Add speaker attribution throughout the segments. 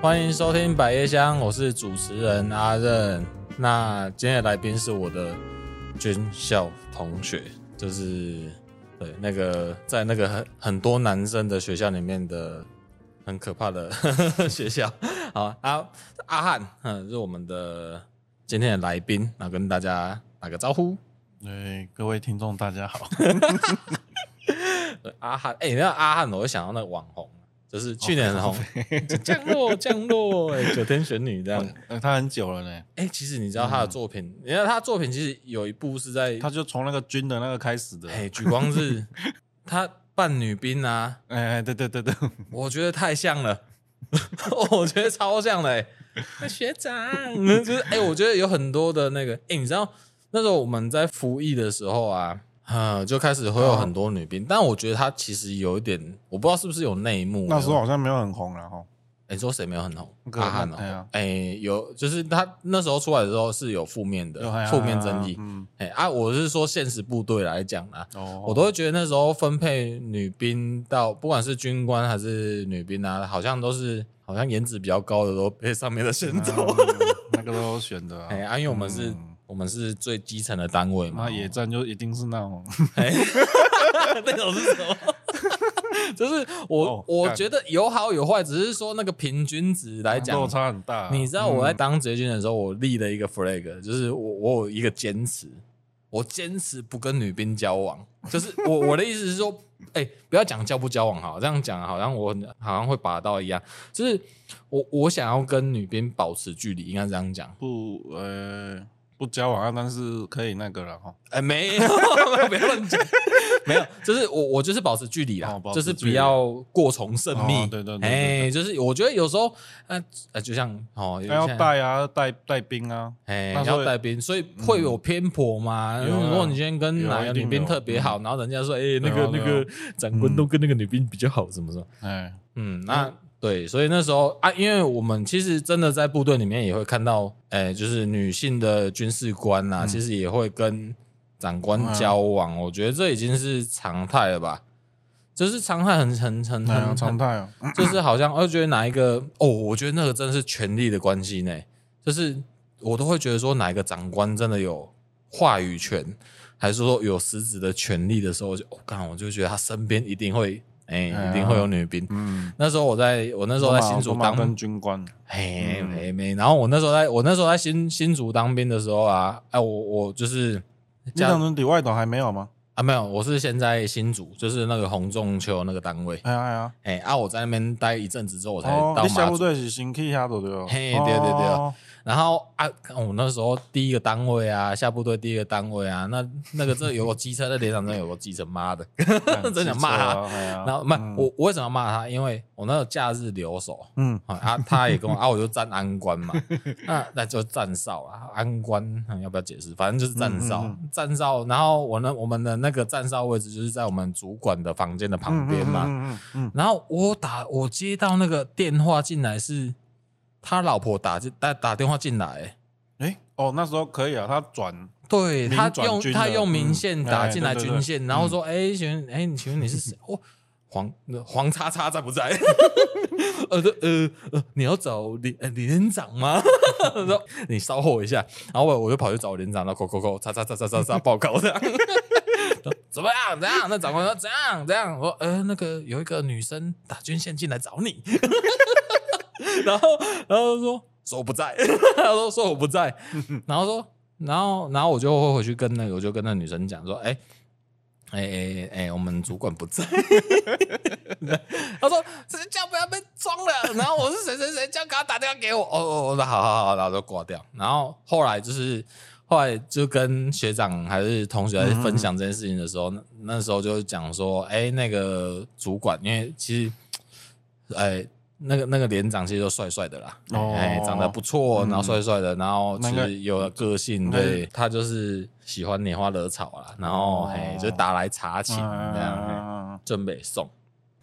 Speaker 1: 欢迎收听百叶香，我是主持人阿任。那今天的来宾是我的军校同学，就是对那个在那个很很多男生的学校里面的很可怕的 学校。好，阿阿汉，嗯，是我们的今天的来宾，然后跟大家打个招呼。
Speaker 2: 对，哎各位听众大 家好。
Speaker 1: 对阿汉，哎、你那阿汉，我会想到那个网红，就是去年很红，降落降落，哎、九天玄女这样。
Speaker 2: 呃，他很久了呢，
Speaker 1: 哎、其实你知道他的作品，你看他的作品其实有一部是在
Speaker 2: 嗯他就从那个军的那个开始的。
Speaker 1: 哎、举光日，他扮女兵啊，
Speaker 2: 哎，对对对对，
Speaker 1: 我觉得太像了， 我觉得超像的、欸。哎学长， 就是哎、我觉得有很多的那个，哎、你知道那时候我们在服役的时候啊，呃，就开始会
Speaker 2: 啊
Speaker 1: 有很多女兵，但我觉得他其实有一点，我不知道是不是有内幕。
Speaker 2: 那时候好像没有很红了啊哈。
Speaker 1: 你、说谁没有很红？
Speaker 2: 那个
Speaker 1: 阿汉哦
Speaker 2: 哎呀，
Speaker 1: 哎、有，就是他那时候出来的时候是有负面的
Speaker 2: 有哎呀
Speaker 1: 负面争议。
Speaker 2: 嗯，
Speaker 1: 哎、啊，我是说现实部队来讲啊，
Speaker 2: 哦，
Speaker 1: 我都会觉得那时候分配女兵到，不管是军官还是女兵啊，好像都是好像颜值比较高的都被上面的选走。
Speaker 2: 嗯 那个都选的啊。
Speaker 1: 哎、啊，因为我们是、
Speaker 2: 嗯啊
Speaker 1: 我们是最基层的单位嘛
Speaker 2: 那，野战就一定是那种，
Speaker 1: 那种是什么？ 就是我、
Speaker 2: 哦
Speaker 1: 我
Speaker 2: 干
Speaker 1: 觉得有好有坏，只是说那个平均值来讲
Speaker 2: 落，差很大。啊
Speaker 1: 你知道我
Speaker 2: 嗯
Speaker 1: 在当职业军人的时候，我立了一个 flag，就是我我有一个坚持，我坚持不跟女兵交往。就是我我的意思是说，哎、不要讲交不交往哈，这样讲好像我很好像会拔到一样。就是我我想要跟女兵保持距离，应该这样讲。
Speaker 2: 不呃不交往啊，但是可以那个了哈。
Speaker 1: 哎、没有， 不要乱讲，没有，就是我我就是保持距离啦，
Speaker 2: 哦保
Speaker 1: 就
Speaker 2: 持
Speaker 1: 是
Speaker 2: 距
Speaker 1: 不
Speaker 2: 离
Speaker 1: 要过从甚密。
Speaker 2: 哦对对对对
Speaker 1: 哎、就是我觉得有时候，呃呃，就像哦，有
Speaker 2: 那要
Speaker 1: 些人
Speaker 2: 带啊，带带兵啊，
Speaker 1: 哎，
Speaker 2: 那时候
Speaker 1: 要带兵，所以会有偏颇嘛？嗯
Speaker 2: 有啊
Speaker 1: 如果你今天跟
Speaker 2: 有
Speaker 1: 哪
Speaker 2: 啊
Speaker 1: 个
Speaker 2: 一
Speaker 1: 女
Speaker 2: 定
Speaker 1: 兵
Speaker 2: 有啊
Speaker 1: 特别好，然后人家说，哎，那个那
Speaker 2: 对啊
Speaker 1: 个长官都跟那个女兵比较好，什么什么？
Speaker 2: 哎，
Speaker 1: 嗯，那对，所以那时候啊，因为我们其实真的在部队里面也会看到，哎，就是女性的军事官
Speaker 2: 嗯
Speaker 1: 呐，其实也会跟长官交往，我觉得这已经是常态了吧？就是常态，很很很
Speaker 2: 哎呀
Speaker 1: 很
Speaker 2: 常态啊。
Speaker 1: 就是好像，我觉得哪一个哦，我觉得那个真的是权力的关系呢，就是我都会觉得说哪一个长官真的有话语权，还是说有实质的权利的时候，我就我刚、干我就觉得他身边一定会，哎、
Speaker 2: 哎呀
Speaker 1: 一定会有女兵。
Speaker 2: 嗯，
Speaker 1: 那时候我在我那时候在新竹
Speaker 2: 都嘛
Speaker 1: 当
Speaker 2: 跟军官，
Speaker 1: 嘿，
Speaker 2: 嗯
Speaker 1: 没没，然后我那时候在我那时候在新新竹当兵的时候啊，哎，我我就是
Speaker 2: 你
Speaker 1: 家
Speaker 2: 当成里外岛还没有吗？
Speaker 1: 啊没有，我是先在新竹，就是那个红中秋那个单位，
Speaker 2: 哎呀哎呀，
Speaker 1: 哎啊，我在那边待一阵子之后，我才
Speaker 2: 哦，
Speaker 1: 到
Speaker 2: 你
Speaker 1: 马
Speaker 2: 小部
Speaker 1: 祖。
Speaker 2: 队是新去遐度对哦。
Speaker 1: 嘿对对对
Speaker 2: 哦
Speaker 1: 然后啊，看我那时候第一个单位啊，下部队第一个单位啊，那那个这有个机车，那连长真的有个机车，妈 的！
Speaker 2: 干
Speaker 1: 真想骂他
Speaker 2: 汽车啊。哎呀
Speaker 1: 然后不，
Speaker 2: 嗯
Speaker 1: 我我为什么要骂他？因为我那时候假日留守
Speaker 2: 嗯，
Speaker 1: 啊啊，他也跟我啊，我就站安官 嘛，那那就站哨啊，安官、嗯要不要解释？反正就是站哨，
Speaker 2: 嗯
Speaker 1: 站哨。然后我呢，我们的那个站哨位置就是在我们主管的房间的旁边嘛。
Speaker 2: 嗯嗯嗯
Speaker 1: 然后我打我接到那个电话进来是他老婆打进打打电话进来、
Speaker 2: 嗯，哎，哦，那时候可以啊，他转
Speaker 1: 对
Speaker 2: 民
Speaker 1: 他
Speaker 2: 转
Speaker 1: 用
Speaker 2: 军
Speaker 1: 他
Speaker 2: 了
Speaker 1: 用民
Speaker 2: 嗯
Speaker 1: 线
Speaker 2: 哎
Speaker 1: 打
Speaker 2: 哎
Speaker 1: 进
Speaker 2: 对
Speaker 1: 来
Speaker 2: 对
Speaker 1: 军
Speaker 2: 对
Speaker 1: 线，然后说：“哎，请问，哎，你请问你是谁？哦，黄呃黄叉叉在不在？ 呃对呃呃，你要找连呃连长吗？ 我说你稍后一下，然后我我就跑去找连长，然后扣扣扣，叉叉叉叉叉叉报告这样。 怎么样？怎样？那长官说怎样？怎样？我说呃，那个有一个女生打军线进来找你， 然后然后说说我不在， 他说说我不在，然后说，然后然后我就会回去跟那个，我就跟那女生讲说，哎哎哎哎，我们主管不在。 他说这叫不要被装了，然后我是谁谁谁，叫给他打电话给我，哦哦，哦那好好好，然后就挂掉。然后后来就是。后来就跟学长还是同学在分享这件事情的时候，那那时候就讲说，哎、那个主管，因为其实哎，那个那个连长其实都帅帅的啦，
Speaker 2: 哦
Speaker 1: 哎，长得不错，
Speaker 2: 嗯
Speaker 1: 然后帅帅的，然后其
Speaker 2: 那个
Speaker 1: 实有个性，
Speaker 2: 那个
Speaker 1: 对他就是喜欢拈花惹草啦，然后
Speaker 2: 哦
Speaker 1: 哎，就打来查寝这样。
Speaker 2: 嗯
Speaker 1: 真北送。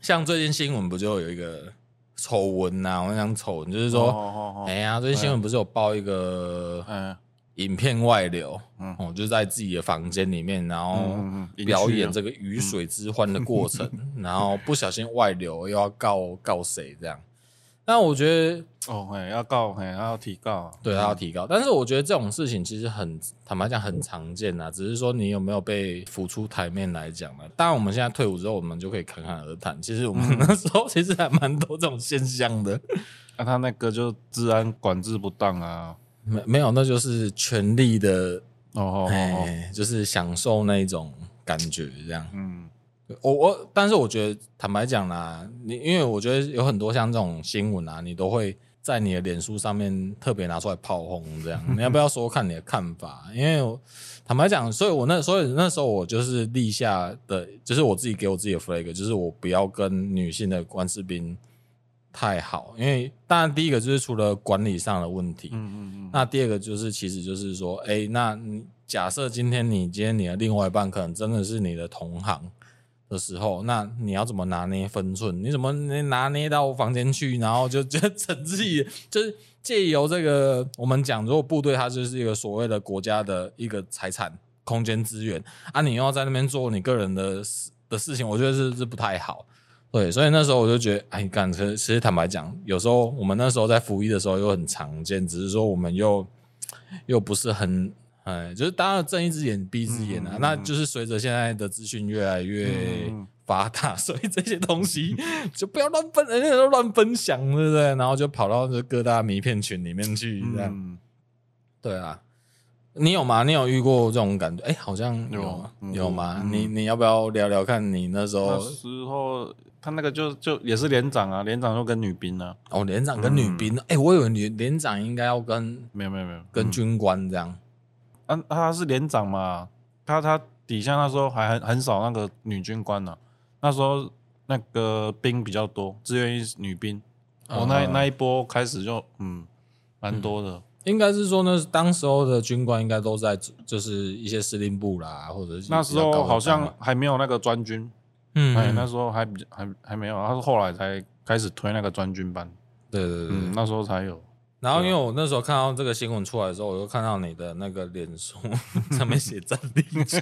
Speaker 1: 像最近新闻不就有一个丑闻呐、啊？我想丑闻就是说，
Speaker 2: 哦
Speaker 1: 哎呀，最近新闻不是有报一个
Speaker 2: 嗯
Speaker 1: 影片外流，
Speaker 2: 嗯
Speaker 1: 哦，就是在自己的房间里面，然后
Speaker 2: 嗯嗯嗯
Speaker 1: 哦表演
Speaker 2: 隐居啊
Speaker 1: 这个鱼水之欢的过 程，然后不小心外流，又要告告谁这样。但我觉得
Speaker 2: 哦，哎，要告，哎，要提告，
Speaker 1: 对啊他要提高，但是我觉得这种事情其实很坦白讲很常见啊，只是说你有没有被浮出台面来讲呢、当然，我们现在退伍之后，我们就可以侃侃而谈。其实我
Speaker 2: 嗯
Speaker 1: 们那时候其实还蛮多这种现象的，
Speaker 2: 那、啊他那个就治安管制不当啊，
Speaker 1: 没没有，那就是权力的，
Speaker 2: 哦哦哦
Speaker 1: 哎、
Speaker 2: 哦，
Speaker 1: 就是享受那一种感觉这样。
Speaker 2: 嗯
Speaker 1: 我我，但是我觉得坦白讲啦，你因为我觉得有很多像这种新闻啊，你都会在你的脸书上面特别拿出来炮轰，这样你要不要说说看你的看法？因为我坦白讲，所以我那所以那时候我就是立下的，就是我自己给我自己的 flag，就是我不要跟女性的官士兵太好，因为当然第一个就是除了管理上的问题，
Speaker 2: 嗯嗯嗯，
Speaker 1: 那第二个就是，其实就是说，哎、那你假设今天你今天你的另外一半可能真的是你的同行的时候，那你要怎么拿捏分寸？你怎么拿捏到房间去，然后就 就整自己，就是借由这个我们讲，如果部队它就是一个所谓的国家的一个财产、空间资源啊，你又要在那边做你个人的事的事情，我觉得是是不太好。对，所以那时候我就觉得，哎，干，其实其实坦白讲，有时候我们那时候在服役的时候又很常见，只是说我们又又不是很，哎，就是当然睁一只眼闭一只眼啊。
Speaker 2: 嗯嗯嗯
Speaker 1: 那就是随着现在的资讯越来越
Speaker 2: 嗯嗯
Speaker 1: 发达， 所以这些东西就不要乱分，人家都乱分享，对不对？然后就跑到这各大迷片群里面去，这样、
Speaker 2: 嗯
Speaker 1: 对啊。你有吗？你有遇过这种感觉？哎、好像有
Speaker 2: 有
Speaker 1: 吗
Speaker 2: 嗯
Speaker 1: 有吗？
Speaker 2: 嗯
Speaker 1: 你你要不要聊聊看你那时候
Speaker 2: 那时候他那个就就也是连长啊，连长就跟女兵啊，
Speaker 1: 哦，连长跟女兵，哎、我以为连连长应该要跟
Speaker 2: 没有没有没有，
Speaker 1: 跟军官这样，
Speaker 2: 嗯、啊，他是连长嘛，他他底下那时候还很很少那个女军官呢、那时候那个兵比较多，志愿役女兵，我、
Speaker 1: 嗯
Speaker 2: 那
Speaker 1: 嗯
Speaker 2: 那一波开始就嗯蛮多的，
Speaker 1: 应该是说呢，当时候的军官应该都在就是一些司令部啦，或者是
Speaker 2: 那时
Speaker 1: 比较高
Speaker 2: 候
Speaker 1: 的
Speaker 2: 好
Speaker 1: 单位
Speaker 2: 像还没有那个专军，
Speaker 1: 嗯，
Speaker 2: 哎，那时候还比还还没有，他是后来才开始推那个专军班，
Speaker 1: 对对对对
Speaker 2: 嗯，那啊时候才 有。
Speaker 1: 然后因为我那时候看到这个新闻出来的时候，我又看到你的那个脸书 上面写战力强，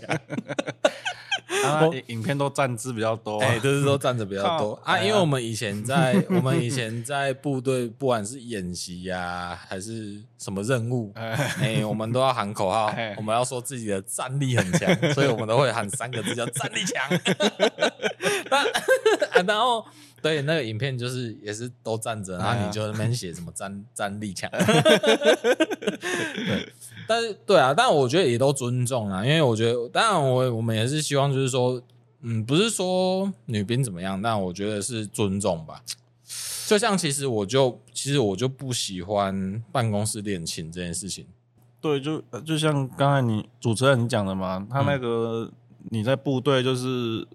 Speaker 2: 啊、影影片都站姿比较多、啊，
Speaker 1: 哎，就是说站着比较多
Speaker 2: 靠
Speaker 1: 啊，
Speaker 2: 哎呀
Speaker 1: 因为我们以前 在我们以前在部队，不管是演习呀还是什么任务，
Speaker 2: 哎
Speaker 1: 哎、我们都要喊口号
Speaker 2: 哎，
Speaker 1: 我们要说自己的战力很强，所以我们都会喊三个字叫“战力强” 那。啊然后，对那个影片就是也是都站着，然
Speaker 2: 哎
Speaker 1: 后
Speaker 2: 呀
Speaker 1: 你就在那边写什么战“战力强”对，但是对啊，但我觉得也都尊重啊，因为我觉得，当然我我们也是希望就是说，嗯，不是说女兵怎么样，但我觉得是尊重吧。就像其实我就其实我就不喜欢办公室恋情这件事情。
Speaker 2: 对，就呃就像刚才你主持人你讲的嘛，他
Speaker 1: 嗯
Speaker 2: 那个、你在部队就是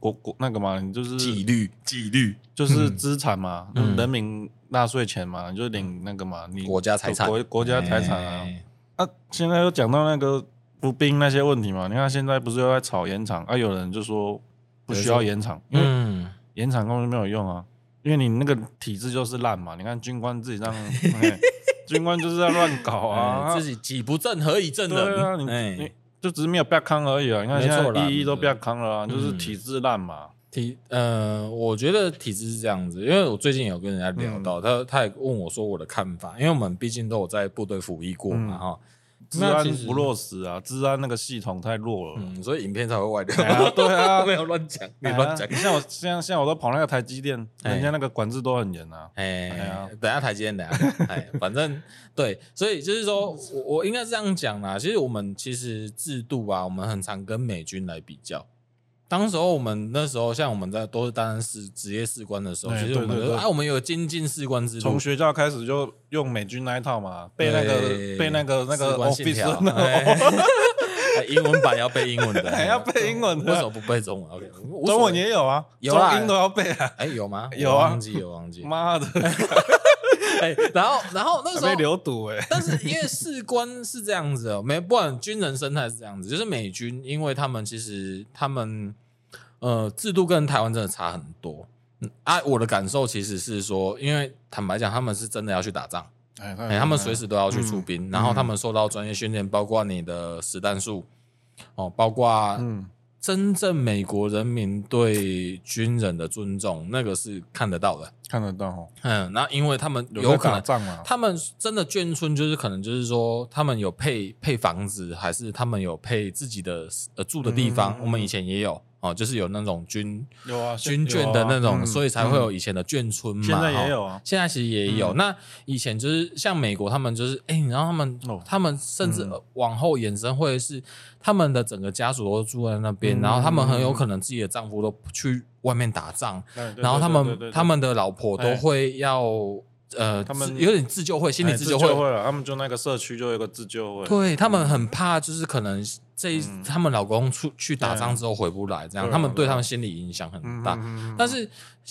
Speaker 2: 国国那个嘛，你就是
Speaker 1: 律，纪律，
Speaker 2: 就是资产嘛，
Speaker 1: 嗯
Speaker 2: 就是人民纳税钱嘛，你就领那个嘛，你
Speaker 1: 国家财产，
Speaker 2: 国国家财产啊。
Speaker 1: 哎
Speaker 2: 啊，现在又讲到那个服兵那些问题嘛，你看现在不是又在吵延长啊？有人就说不需要延长，因为
Speaker 1: 嗯，
Speaker 2: 延长根本就没有用啊，因为你那个体制就是烂嘛。你看军官自 己这样，嘿军官就是在乱搞啊，
Speaker 1: 哎自己己不正，何以正
Speaker 2: 对啊，
Speaker 1: 人？
Speaker 2: 你、你
Speaker 1: 哎，
Speaker 2: 就只是没有不要康而已啊。你看
Speaker 1: 没
Speaker 2: 现
Speaker 1: 错啦
Speaker 2: 在一一都
Speaker 1: 对
Speaker 2: 不要康了啊，就是
Speaker 1: 嗯
Speaker 2: 体制烂嘛。
Speaker 1: 体呃，我觉得体制是这样子，因为我最近有跟人家聊到，
Speaker 2: 嗯
Speaker 1: 他他也问我说我的看法，因为我们毕竟都有在部队服役过嘛，
Speaker 2: 嗯
Speaker 1: 哈，
Speaker 2: 治
Speaker 1: 那
Speaker 2: 安
Speaker 1: 其实
Speaker 2: 不落实啊，治安那个系统太弱了。
Speaker 1: 嗯，所以影片才会外流
Speaker 2: 哎。呀对啊
Speaker 1: 没，有乱讲，没
Speaker 2: 哎
Speaker 1: 有
Speaker 2: 呀
Speaker 1: 乱讲。
Speaker 2: 像我像像我都跑那个台积电，
Speaker 1: 哎
Speaker 2: 人家那个管制都很严啊。哎
Speaker 1: 哎
Speaker 2: 呀，
Speaker 1: 等一下台阶，等一 下，哎，反正对，所以就是说我我应该是这样讲啦。其实我们其实制度啊，我们很常跟美军来比较。当时候我们那时候像我们在都是担任士职业士官的时候，
Speaker 2: 哎
Speaker 1: 其实我们
Speaker 2: 对对
Speaker 1: 就说
Speaker 2: 对
Speaker 1: 啊，我们有精进士官制度
Speaker 2: 从，学校开始就用美军那一套嘛，背那
Speaker 1: 嗯对
Speaker 2: 个背那个那
Speaker 1: 士
Speaker 2: 个
Speaker 1: 官信
Speaker 2: office，
Speaker 1: 条，
Speaker 2: 那个
Speaker 1: 哎 哎英文版要背英文的，
Speaker 2: 还要背英文
Speaker 1: 为什
Speaker 2: 的，
Speaker 1: 么不背中文？OK，无所
Speaker 2: 中文
Speaker 1: 谓
Speaker 2: 也有啊，
Speaker 1: 有啦
Speaker 2: 中英都要背 啊。
Speaker 1: 哎有吗？
Speaker 2: 有
Speaker 1: 我
Speaker 2: 啊
Speaker 1: 忘记有忘记。
Speaker 2: 妈的，
Speaker 1: 哎，然后然后那时
Speaker 2: 还
Speaker 1: 候
Speaker 2: 被留赌哎。
Speaker 1: 但是因为士官是这样子哦，没不管军人生态是这样子，就是美军，因为他们其实他们呃，制度跟台湾真的差很多。嗯啊，我的感受其实是说，因为坦白讲，他们是真的要去打仗，
Speaker 2: 哎，
Speaker 1: 哎、他们随时都要去出
Speaker 2: 嗯
Speaker 1: 兵，然后他们受到专业训练，包括你的实弹术，哦，包括
Speaker 2: 嗯，
Speaker 1: 真正美国人民对军人的尊重，那个是看得到的。
Speaker 2: 看得到哦，
Speaker 1: 嗯，那因为他们
Speaker 2: 在
Speaker 1: 有可
Speaker 2: 打
Speaker 1: 能，
Speaker 2: 仗啊嘛，
Speaker 1: 他们真的眷村就是可能就是说，他们有配配房子，还是他们有配自己的呃住的地方。
Speaker 2: 嗯
Speaker 1: 我们以前也有哦，就是有那种军
Speaker 2: 有啊，
Speaker 1: 军眷的那种，所以才会有
Speaker 2: 嗯
Speaker 1: 以前的眷村嘛。
Speaker 2: 现在
Speaker 1: 哦
Speaker 2: 也有啊，
Speaker 1: 现在其实也有。那以前就是像美国，他们就是哎、你知道他们、
Speaker 2: 哦
Speaker 1: 他们甚至
Speaker 2: 嗯
Speaker 1: 往后延伸，会是他们的整个家属都住在那边，
Speaker 2: 嗯
Speaker 1: 然后他们很有可能自己的丈夫都去外面打仗，
Speaker 2: 哎对
Speaker 1: 然后他
Speaker 2: 对对对
Speaker 1: 们
Speaker 2: 对
Speaker 1: 他们的老婆都
Speaker 2: 哎
Speaker 1: 会要、呃，
Speaker 2: 他们
Speaker 1: 自有点自救会，心理
Speaker 2: 哎
Speaker 1: 自
Speaker 2: 自
Speaker 1: 救
Speaker 2: 救
Speaker 1: 会，
Speaker 2: 会了，他们就那个社区就有一个自救会，
Speaker 1: 对他们很怕，就是可能这一、
Speaker 2: 嗯
Speaker 1: 他们老公出去打仗之后回不来，这样、
Speaker 2: 对啊
Speaker 1: 他们对
Speaker 2: 对啊
Speaker 1: 他们心理影响很
Speaker 2: 嗯，
Speaker 1: 大。
Speaker 2: 嗯，嗯嗯
Speaker 1: 但是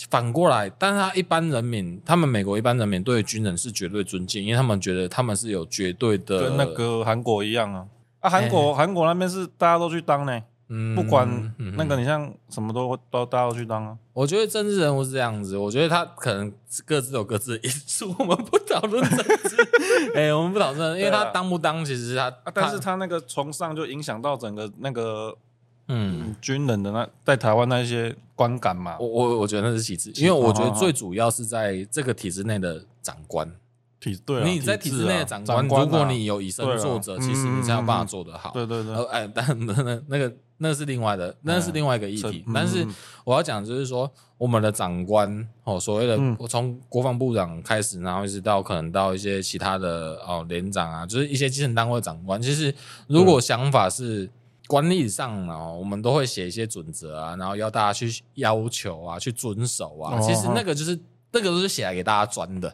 Speaker 1: 反过来，但是他一般人民，他们美国一般人民对军人是绝对尊敬，因为他们觉得他们是有绝对的
Speaker 2: 跟那个韩国一样啊。啊，韩国韩国那边是大家都去当呢，
Speaker 1: 哎嗯
Speaker 2: 不管那个
Speaker 1: 嗯
Speaker 2: 你像什么都都大家都去当啊。
Speaker 1: 我觉得政治人物是这样子，我觉得他可能各自有各自的因素， 我们不讨论政治， 哎、我们不讨论，因为
Speaker 2: 对啊
Speaker 1: 他当不当，其实他，
Speaker 2: 啊，但是他那个崇尚就影响到整个那个
Speaker 1: 嗯。哦
Speaker 2: 军人的那在台湾那些观感嘛
Speaker 1: 我，我我觉得那是其次，因为我
Speaker 2: 哦
Speaker 1: 觉得最主要是在这个体制内的长官，
Speaker 2: 体对啊，
Speaker 1: 你在体制内的长官，
Speaker 2: 长官啊
Speaker 1: 如果你有以身
Speaker 2: 对啊
Speaker 1: 作则，
Speaker 2: 嗯
Speaker 1: 其实你才有办法
Speaker 2: 嗯嗯
Speaker 1: 做得好。
Speaker 2: 对对对
Speaker 1: 呃，，哎， 但那那那个那是另外的，那是另外一个议
Speaker 2: 是
Speaker 1: 题。
Speaker 2: 嗯
Speaker 1: 但是
Speaker 2: 嗯
Speaker 1: 我要讲就是说，我们的长官哦，所谓的
Speaker 2: 嗯
Speaker 1: 从国防部长开始，然后一直到可能到一些其他的哦连长啊，就是一些基层单位的长官，其实如
Speaker 2: 嗯
Speaker 1: 果想法是。管理上呢、哦，我们都会写一些准则啊，然后要大家去要求啊，去遵守啊。
Speaker 2: 哦
Speaker 1: 其实那个就是那个都是写来给大家钻的，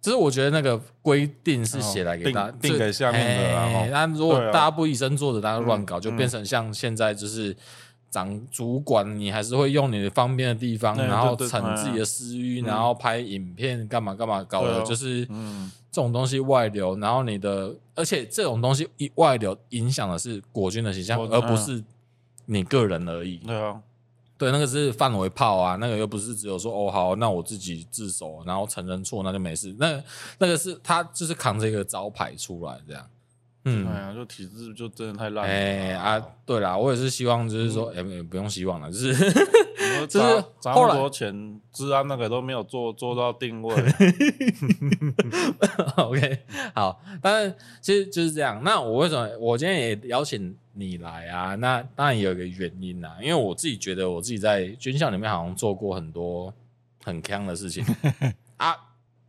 Speaker 1: 就是我觉得那个规定是写来给大家、
Speaker 2: 哦定定给下面的啦
Speaker 1: 哎
Speaker 2: 哦
Speaker 1: 那如果
Speaker 2: 对啊
Speaker 1: 大家不以身作则，大家乱搞，
Speaker 2: 嗯
Speaker 1: 就变成像现在就是长主管，你还是会用你的方便的地方，
Speaker 2: 对
Speaker 1: 然后
Speaker 2: 哎对对
Speaker 1: 逞自己的私欲，
Speaker 2: 嗯
Speaker 1: 然后拍影片干嘛干嘛，搞
Speaker 2: 对
Speaker 1: 的
Speaker 2: 啊
Speaker 1: 就是
Speaker 2: 嗯
Speaker 1: 这种东西外流，然后你的，而且这种东西一外流，影响的是国军的形象，
Speaker 2: 国嗯
Speaker 1: 而不是你个人而已。
Speaker 2: 对啊，
Speaker 1: 对，那个是范围炮啊，那个又不是只有说哦好，那我自己自首，然后承认错那就没事。那那个是他就是扛着一个招牌出来这样，嗯，
Speaker 2: 哎呀，就体制就真的太烂了。
Speaker 1: 哎、啊，对啦，我也是希望，就是说，哎、不不用希望了，就是
Speaker 2: 我
Speaker 1: 就
Speaker 2: 就是是砸
Speaker 1: 后
Speaker 2: 那
Speaker 1: 来
Speaker 2: 么多钱，治安那个都没有做做到定位，
Speaker 1: OK 好。但是其实就是这样。那我为什么我今天也邀请你来啊？那当然也有一个原因啊，因为我自己觉得我自己在军校里面好像做过很多很坑的事 情啊，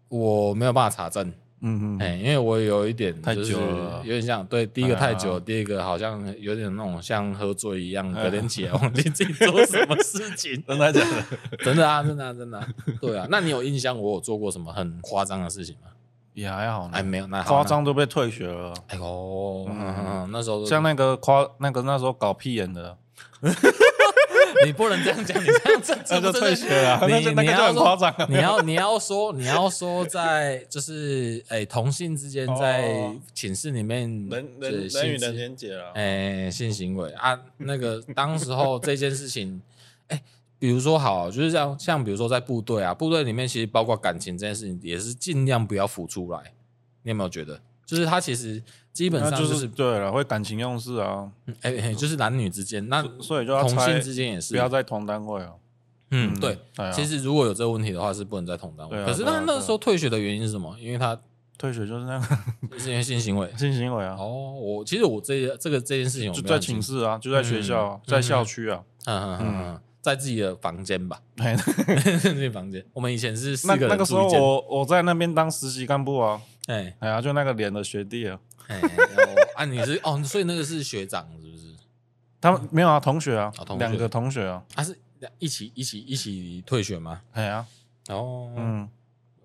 Speaker 1: 我没有办法查证，
Speaker 2: 嗯
Speaker 1: 哎、因为我有一点
Speaker 2: 太
Speaker 1: 就是
Speaker 2: 久了
Speaker 1: 有点像对第一个
Speaker 2: 哎呀
Speaker 1: 太久，第二个好像有点那种像喝醉一样，
Speaker 2: 哎
Speaker 1: 隔天起来忘记自己做什么事情。
Speaker 2: 真的假的？
Speaker 1: 真的啊，真的啊，真的、啊，对啊。那你有印象我有做过什么很夸张的事情吗？
Speaker 2: 也还好
Speaker 1: 哎，
Speaker 2: 呢，
Speaker 1: 没有，那好
Speaker 2: 夸。张都被退学了。
Speaker 1: 那哎呦，嗯
Speaker 2: 嗯
Speaker 1: 嗯嗯那时候
Speaker 2: 像那个夸那个那时候搞屁眼的，
Speaker 1: 你不能这样讲，你这样政治
Speaker 2: 那
Speaker 1: 不
Speaker 2: 就
Speaker 1: 正
Speaker 2: 退
Speaker 1: 确
Speaker 2: 学了， 那
Speaker 1: 你
Speaker 2: 就那
Speaker 1: 你
Speaker 2: 个就
Speaker 1: 要
Speaker 2: 很夸
Speaker 1: 说，
Speaker 2: 张啊。
Speaker 1: 你要你要说你要说在就是哎同性之间在
Speaker 2: 哦
Speaker 1: 寝室里面
Speaker 2: 人
Speaker 1: 就是
Speaker 2: 人
Speaker 1: 性
Speaker 2: 人与
Speaker 1: 之
Speaker 2: 人连结了，
Speaker 1: 哎、性行为啊，那个当时候这件事情，哎、比如说好，就是这样，像比如说在部队啊，部队里面其实包括感情这件事情，也是尽量不要浮出来。你有没有觉得，就是他其实基本
Speaker 2: 那
Speaker 1: 上就是
Speaker 2: 是对了，会感情用事啊，
Speaker 1: 嗯哎、哎就是男女之间，那
Speaker 2: 所以就要
Speaker 1: 嗯同性
Speaker 2: 拆，
Speaker 1: 之间也是
Speaker 2: 不，要在同单位哦。
Speaker 1: 嗯，对。，
Speaker 2: 哎呀
Speaker 1: 其实如果有这个问题的话，是不能再同单位。
Speaker 2: 对啊
Speaker 1: 可是
Speaker 2: 对
Speaker 1: 那
Speaker 2: 啊
Speaker 1: 那时候退学的原因是什么？因为 他
Speaker 2: 退学就是那个
Speaker 1: 是因为性行为。
Speaker 2: 性行为啊，
Speaker 1: 哦，我其实我这这个这件事情我
Speaker 2: 就
Speaker 1: 没
Speaker 2: 在
Speaker 1: 有很清
Speaker 2: 寝
Speaker 1: 楚，
Speaker 2: 室啊，就在学校啊
Speaker 1: 嗯，
Speaker 2: 在校区 啊。
Speaker 1: 嗯嗯嗯嗯，在自己的房间吧。
Speaker 2: 哎
Speaker 1: 自己房间。我们以前是四
Speaker 2: 那
Speaker 1: 个
Speaker 2: 那
Speaker 1: 人
Speaker 2: 个时
Speaker 1: 住一
Speaker 2: 候
Speaker 1: 间。
Speaker 2: 我我在那边当实习干部啊，
Speaker 1: 哎
Speaker 2: 哎呀，就那个脸的学弟啊，
Speaker 1: 哎，然后啊，你是哦，所以那个是学长是不是？
Speaker 2: 他们没有啊，同学啊
Speaker 1: 啊同学，
Speaker 2: 两个同学啊，
Speaker 1: 他、是一起一起一起退学吗？
Speaker 2: 哎呀，
Speaker 1: 哦，嗯，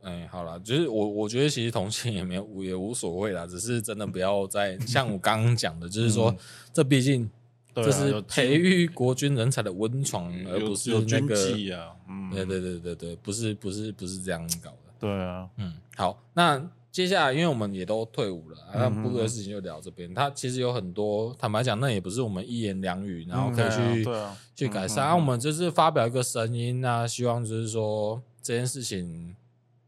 Speaker 2: 嗯，
Speaker 1: 哎，好啦，就是我我觉得其实同性也没有无也无所谓啦，只是真的不要再像我刚刚讲的，就是说、这毕竟
Speaker 2: 嗯对啊
Speaker 1: 这是
Speaker 2: 有
Speaker 1: 培育国军人才的温床，而
Speaker 2: 有
Speaker 1: 不是
Speaker 2: 嗯有
Speaker 1: 那
Speaker 2: 军
Speaker 1: 个。
Speaker 2: 纪啊，嗯，
Speaker 1: 对对对对对，不是不是不是这样搞的。
Speaker 2: 对啊，
Speaker 1: 嗯，好，那接下来，因为我们也都退伍了，啊那
Speaker 2: 嗯
Speaker 1: 部队的事情就聊这边。他其实有很多，坦白讲，那也不是我们一言两语，然后可以去、
Speaker 2: 对啊，
Speaker 1: 去改善。
Speaker 2: 嗯嗯
Speaker 1: 啊，我们就是发表一个声音啊，希望就是说这件事情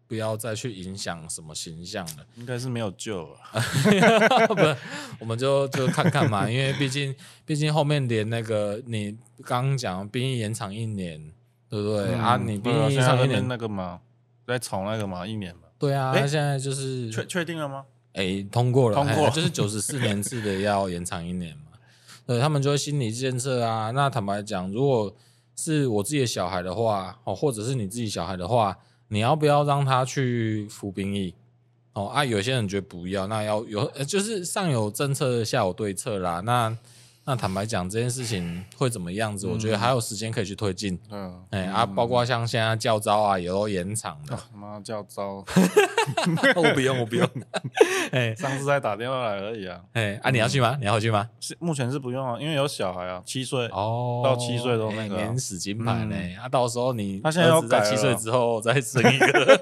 Speaker 1: 不要再去影响什么形象了。
Speaker 2: 应该是没有救了。
Speaker 1: 不是，我们就就看看 嘛，因为毕竟毕竟后面连那个你刚刚讲兵役延长一年，对不对、啊？
Speaker 2: 嗯
Speaker 1: 你
Speaker 2: 对
Speaker 1: 兵
Speaker 2: 啊
Speaker 1: 役
Speaker 2: 现
Speaker 1: 延
Speaker 2: 在
Speaker 1: 长
Speaker 2: 那
Speaker 1: 一
Speaker 2: 边
Speaker 1: 年，
Speaker 2: 那个嘛，在吵那个嘛，一年嘛，
Speaker 1: 对啊，
Speaker 2: 诶
Speaker 1: 那现在就是
Speaker 2: 确确定了吗？
Speaker 1: 哎、通过了，
Speaker 2: 通过
Speaker 1: 嘿就是九十四年制的要延长一 年嘛。对他们就会心理建设啊。那坦白讲，如果是我自己的小孩的话，哦，或者是你自己小孩的话，你要不要让他去服兵役？哦啊，有些人觉得不要，那要有，呃就是上有政策，下有对策啦。那那坦白讲，这件事情会怎么样子？我觉得还有时间可以去推进。
Speaker 2: 嗯，
Speaker 1: 哎、啊，包括像现在教招啊，也都延长 了。
Speaker 2: 他妈叫招，
Speaker 1: 我哦不用，我不用。哎
Speaker 2: 上次才打电话来而已啊。
Speaker 1: 哎、啊，你要去吗？你要回去吗？
Speaker 2: 是目前是不用啊，因为有小孩啊，七岁。
Speaker 1: 哦，
Speaker 2: 到七岁都那个啊
Speaker 1: 哎免死金牌呢、啊，到时候你
Speaker 2: 他现在要
Speaker 1: 儿子在
Speaker 2: 改了
Speaker 1: 七岁之后再生一个，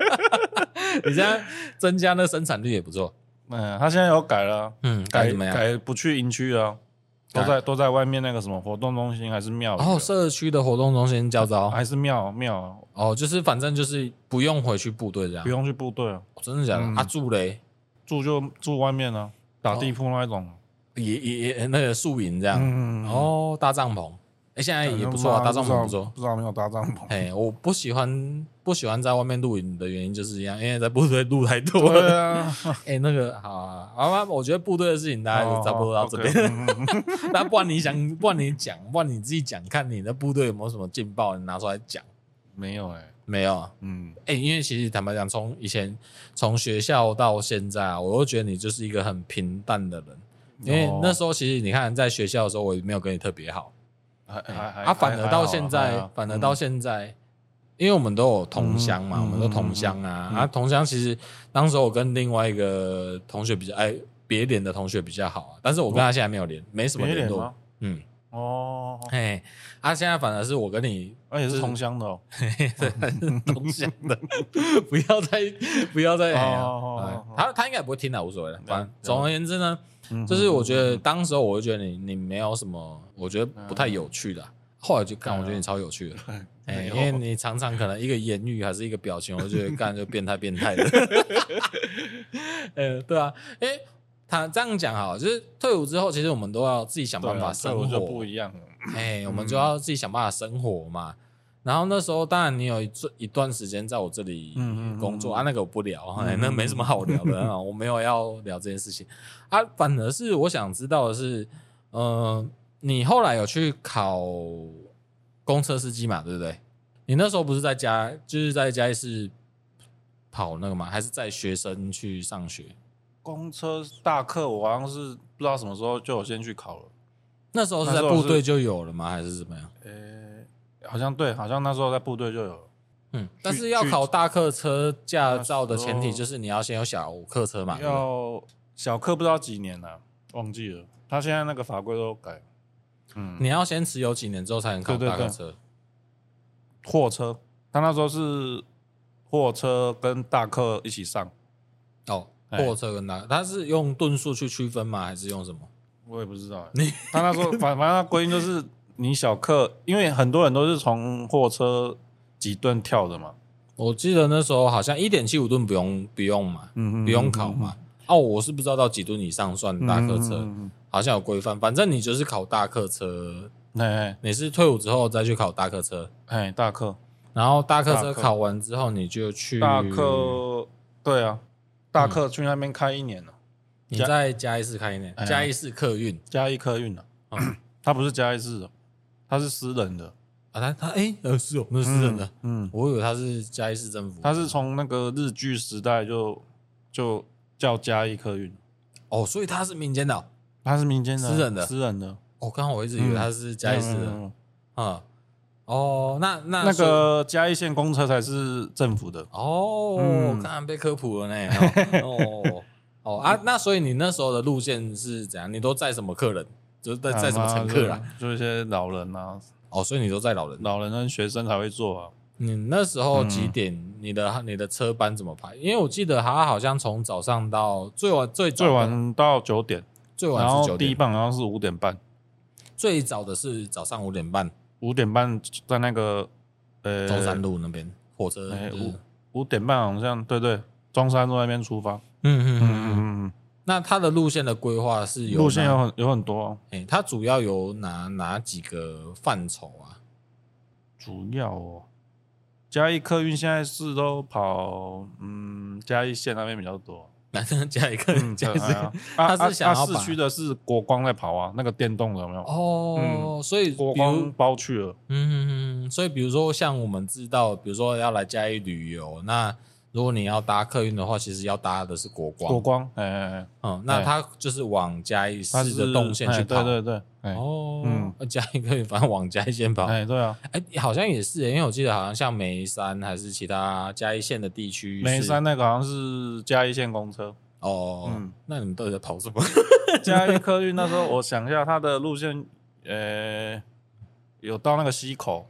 Speaker 1: 你这样增加那生产率也不错。
Speaker 2: 嗯，他现在有改了啊，
Speaker 1: 嗯，改
Speaker 2: 改
Speaker 1: 怎么样？
Speaker 2: 改不去营区了啊，都
Speaker 1: 改
Speaker 2: 在都在外面那个什么活动中心还是庙宇
Speaker 1: 然
Speaker 2: 啊，
Speaker 1: 后、哦社区的活动中心教招
Speaker 2: 还是庙庙啊，
Speaker 1: 哦，就是反正就是不用回去部队这样
Speaker 2: 不。用去部队啊，
Speaker 1: 哦真的假的？
Speaker 2: 嗯
Speaker 1: 啊，住嘞
Speaker 2: 住就住外面啊，打
Speaker 1: 哦
Speaker 2: 地铺那一种啊。
Speaker 1: 也也也那个宿营这样。
Speaker 2: 嗯，
Speaker 1: 哦，搭帐篷，哎，现在也不错啊，搭帐篷不错。
Speaker 2: 不知道没有搭帐 篷。
Speaker 1: 哎，我不喜欢不喜欢在外面露营的原因就是一样，因为在部队露太多了
Speaker 2: 对。啊，
Speaker 1: 哎、那个好啊，好吧，我觉得部队的事情大概啊就差不多到这边。
Speaker 2: 哦哦，OK，嗯嗯 嗯
Speaker 1: 那不然你想，不然你讲，不然你自己讲，看你的部队有没有什么劲爆，你拿出来讲。
Speaker 2: 没有哎，
Speaker 1: 没有啊，
Speaker 2: 嗯，
Speaker 1: 哎、因为其实坦白讲，从以前从学校到现在啊，我都觉得你就是一个很平淡的人。因为
Speaker 2: 哦
Speaker 1: 那时候其实你看，在学校的时候，我也没有跟你特别好，
Speaker 2: 候还还还
Speaker 1: 啊，反而到现
Speaker 2: 还
Speaker 1: 在
Speaker 2: 好，嗯
Speaker 1: 反而到现在，因为我们都有同乡嘛，
Speaker 2: 嗯
Speaker 1: 我们都同乡啊，啊，同乡其实当时我跟另外一个同学比较，哎，别连的同学比较好啊，但是我跟他现在没有连，没什么
Speaker 2: 哦别
Speaker 1: 联
Speaker 2: 脸
Speaker 1: 络
Speaker 2: 吗，？
Speaker 1: 嗯，
Speaker 2: 哦，
Speaker 1: 嘿，啊，现在反而是我跟 你
Speaker 2: 而且
Speaker 1: 就是
Speaker 2: 是同乡的哦，
Speaker 1: 同乡的， 不要再不要再，哎呀
Speaker 2: 哦
Speaker 1: 哎
Speaker 2: 哦哦
Speaker 1: 他他应该也不会听的，无所谓了。反正
Speaker 2: 了解
Speaker 1: 总而言之呢，
Speaker 2: 嗯
Speaker 1: 就是我觉得当时候我就觉得你你没有什么，我觉得不太有趣的啊。后来就看，我觉得你超有趣的，
Speaker 2: 啊
Speaker 1: 哎，因为你常常可能一个言语还是一个表情，我就觉得干就变态变 态的。呃，对啊，哎，他这样讲好，就是退伍之后，其实我们都要自己想
Speaker 2: 对啊
Speaker 1: 办法生
Speaker 2: 对我就
Speaker 1: 活
Speaker 2: 不，一样嗯了。
Speaker 1: 哎，我们就要自己想办法生活嘛。然后那时候，当然你有一阵一段时间在我这里
Speaker 2: 嗯嗯嗯
Speaker 1: 工作
Speaker 2: 嗯
Speaker 1: 啊，那个我不聊，哎，
Speaker 2: 嗯
Speaker 1: 那
Speaker 2: 嗯
Speaker 1: 没什么好聊 的啊，我没有要聊这件事情啊。反而是我想知道的是，呃，你后来有去考公车司机嘛？对不对？你那时候不是在家，就是在家是跑那个吗？还是在学生去上学？
Speaker 2: 公车大课，我好像是不知道什么时候就有先去考了。
Speaker 1: 那时候是在
Speaker 2: 那时候
Speaker 1: 部
Speaker 2: 是
Speaker 1: 队就有了吗？还是怎么样？
Speaker 2: 呃，好像对，好像那时候在部队就有了。
Speaker 1: 嗯，但是要考大客车驾照的前提
Speaker 2: 那时候
Speaker 1: 就是你要先有小客车嘛。对不对
Speaker 2: 要小课不知道几年了、忘记了。他现在那个法规都改。嗯，
Speaker 1: 你要先持有几年之后才能考
Speaker 2: 对
Speaker 1: 大
Speaker 2: 对对
Speaker 1: 客车。
Speaker 2: 货车，他那时候是货车跟大客一起上，
Speaker 1: 哦，
Speaker 2: 哎
Speaker 1: 货车跟大，它是用吨数去区分吗？还是用什么？
Speaker 2: 我也不知道、欸。
Speaker 1: 你
Speaker 2: 他那时 候反反正他规定就是你小客，因为很多人都是从货车几吨跳的嘛。
Speaker 1: 我记得那时候好像一点七五吨不用不用嘛，
Speaker 2: 嗯
Speaker 1: 不用考嘛。哦，我是不知道到几吨以上算大客车，
Speaker 2: 嗯
Speaker 1: 好像有规范。反正你就是考大客车，
Speaker 2: 嗯哎
Speaker 1: 你是退伍之后再去考大客车，
Speaker 2: 哎哎，大客
Speaker 1: 然后大客车
Speaker 2: 大客
Speaker 1: 考完之后你就去
Speaker 2: 大客，对啊，大客去那边开一年了、
Speaker 1: 你再加一次开一年
Speaker 2: 哎，呀
Speaker 1: 加一次客运。
Speaker 2: 嘉义客运了、
Speaker 1: 嗯
Speaker 2: 他不是嘉义市的，他是私人的，
Speaker 1: 啊，他他哎、呃，是哦，那是真的。
Speaker 2: 嗯，
Speaker 1: 我以为他是嘉义市政府，
Speaker 2: 他是从那个日剧时代就就叫嘉义客运，
Speaker 1: 哦，所以他是民间的哦。
Speaker 2: 他是民间的啊
Speaker 1: 私人的
Speaker 2: 私人的
Speaker 1: 哦，刚好我一直以为他是嘉义市
Speaker 2: 嗯嗯
Speaker 1: 的
Speaker 2: 嗯嗯
Speaker 1: 啊。哦，那那
Speaker 2: 那
Speaker 1: 所以
Speaker 2: 个嘉义县公车才是政府的，
Speaker 1: 哦，
Speaker 2: 嗯
Speaker 1: 刚刚被科普了呢。哦哦哦啊，那所以你那时候的路线是怎样？你都载什么客人？就是
Speaker 2: 啊
Speaker 1: 在载什么乘客啊？嗯
Speaker 2: 啊？就就一些老人啊，
Speaker 1: 哦，所以你都载老人
Speaker 2: 老人跟学生才会坐啊。
Speaker 1: 你那时候几点？你的你的车班怎么排？因为我记得他好像从早上到最晚最早
Speaker 2: 最
Speaker 1: 的
Speaker 2: 晚到九点，
Speaker 1: 最
Speaker 2: 然
Speaker 1: 晚是
Speaker 2: 后
Speaker 1: 九
Speaker 2: 第一
Speaker 1: 点，
Speaker 2: 棒好像是五点半，
Speaker 1: 最早的是早上五点半，
Speaker 2: 五点半在那个呃
Speaker 1: 中山路那边火车。
Speaker 2: 哎
Speaker 1: 就是
Speaker 2: 五点半好像对对，中山路那边出发。
Speaker 1: 嗯嗯
Speaker 2: 嗯嗯
Speaker 1: 嗯嗯。
Speaker 2: 嗯
Speaker 1: 那它的路线的规划是
Speaker 2: 嗯，
Speaker 1: 有
Speaker 2: 路线
Speaker 1: 哪
Speaker 2: 有很有很多、哦，
Speaker 1: 哎、它主要有哪哪几个范畴啊？
Speaker 2: 主要哦，嘉义客运现在是都跑嗯嘉义县那边比较多。
Speaker 1: 来，加一个
Speaker 2: 嗯，
Speaker 1: 加
Speaker 2: 对
Speaker 1: 一
Speaker 2: 哎呀
Speaker 1: 个
Speaker 2: 啊，
Speaker 1: 他是想要
Speaker 2: 啊啊
Speaker 1: 把
Speaker 2: 市区的是国光在跑啊，那个电动的有没有？
Speaker 1: 哦，所以比
Speaker 2: 国
Speaker 1: 如
Speaker 2: 嗯光包去了，
Speaker 1: 嗯，所以比如说像我们知道，比如说要来嘉义旅游，那如果你要搭客运的话，其实要搭的是国光，
Speaker 2: 国光，哎哎哎，
Speaker 1: 嗯，那
Speaker 2: 哎
Speaker 1: 它就是往嘉义
Speaker 2: 它
Speaker 1: 市
Speaker 2: 是
Speaker 1: 的动线去
Speaker 2: 哎
Speaker 1: 跑。
Speaker 2: 对对对，哎
Speaker 1: 哦，
Speaker 2: 嗯
Speaker 1: 嗯，嘉义客运反正往嘉义线跑，哎、
Speaker 2: 哎对啊，
Speaker 1: 好像也是、因为我记得好像像眉山还是其他嘉义县的地区是，
Speaker 2: 眉山那个好像是嘉义县公车，
Speaker 1: 哦，
Speaker 2: 嗯
Speaker 1: 那你们到底在跑什么？
Speaker 2: 嘉义客运那时候我想一下，它的路线，呃，有到那个溪口，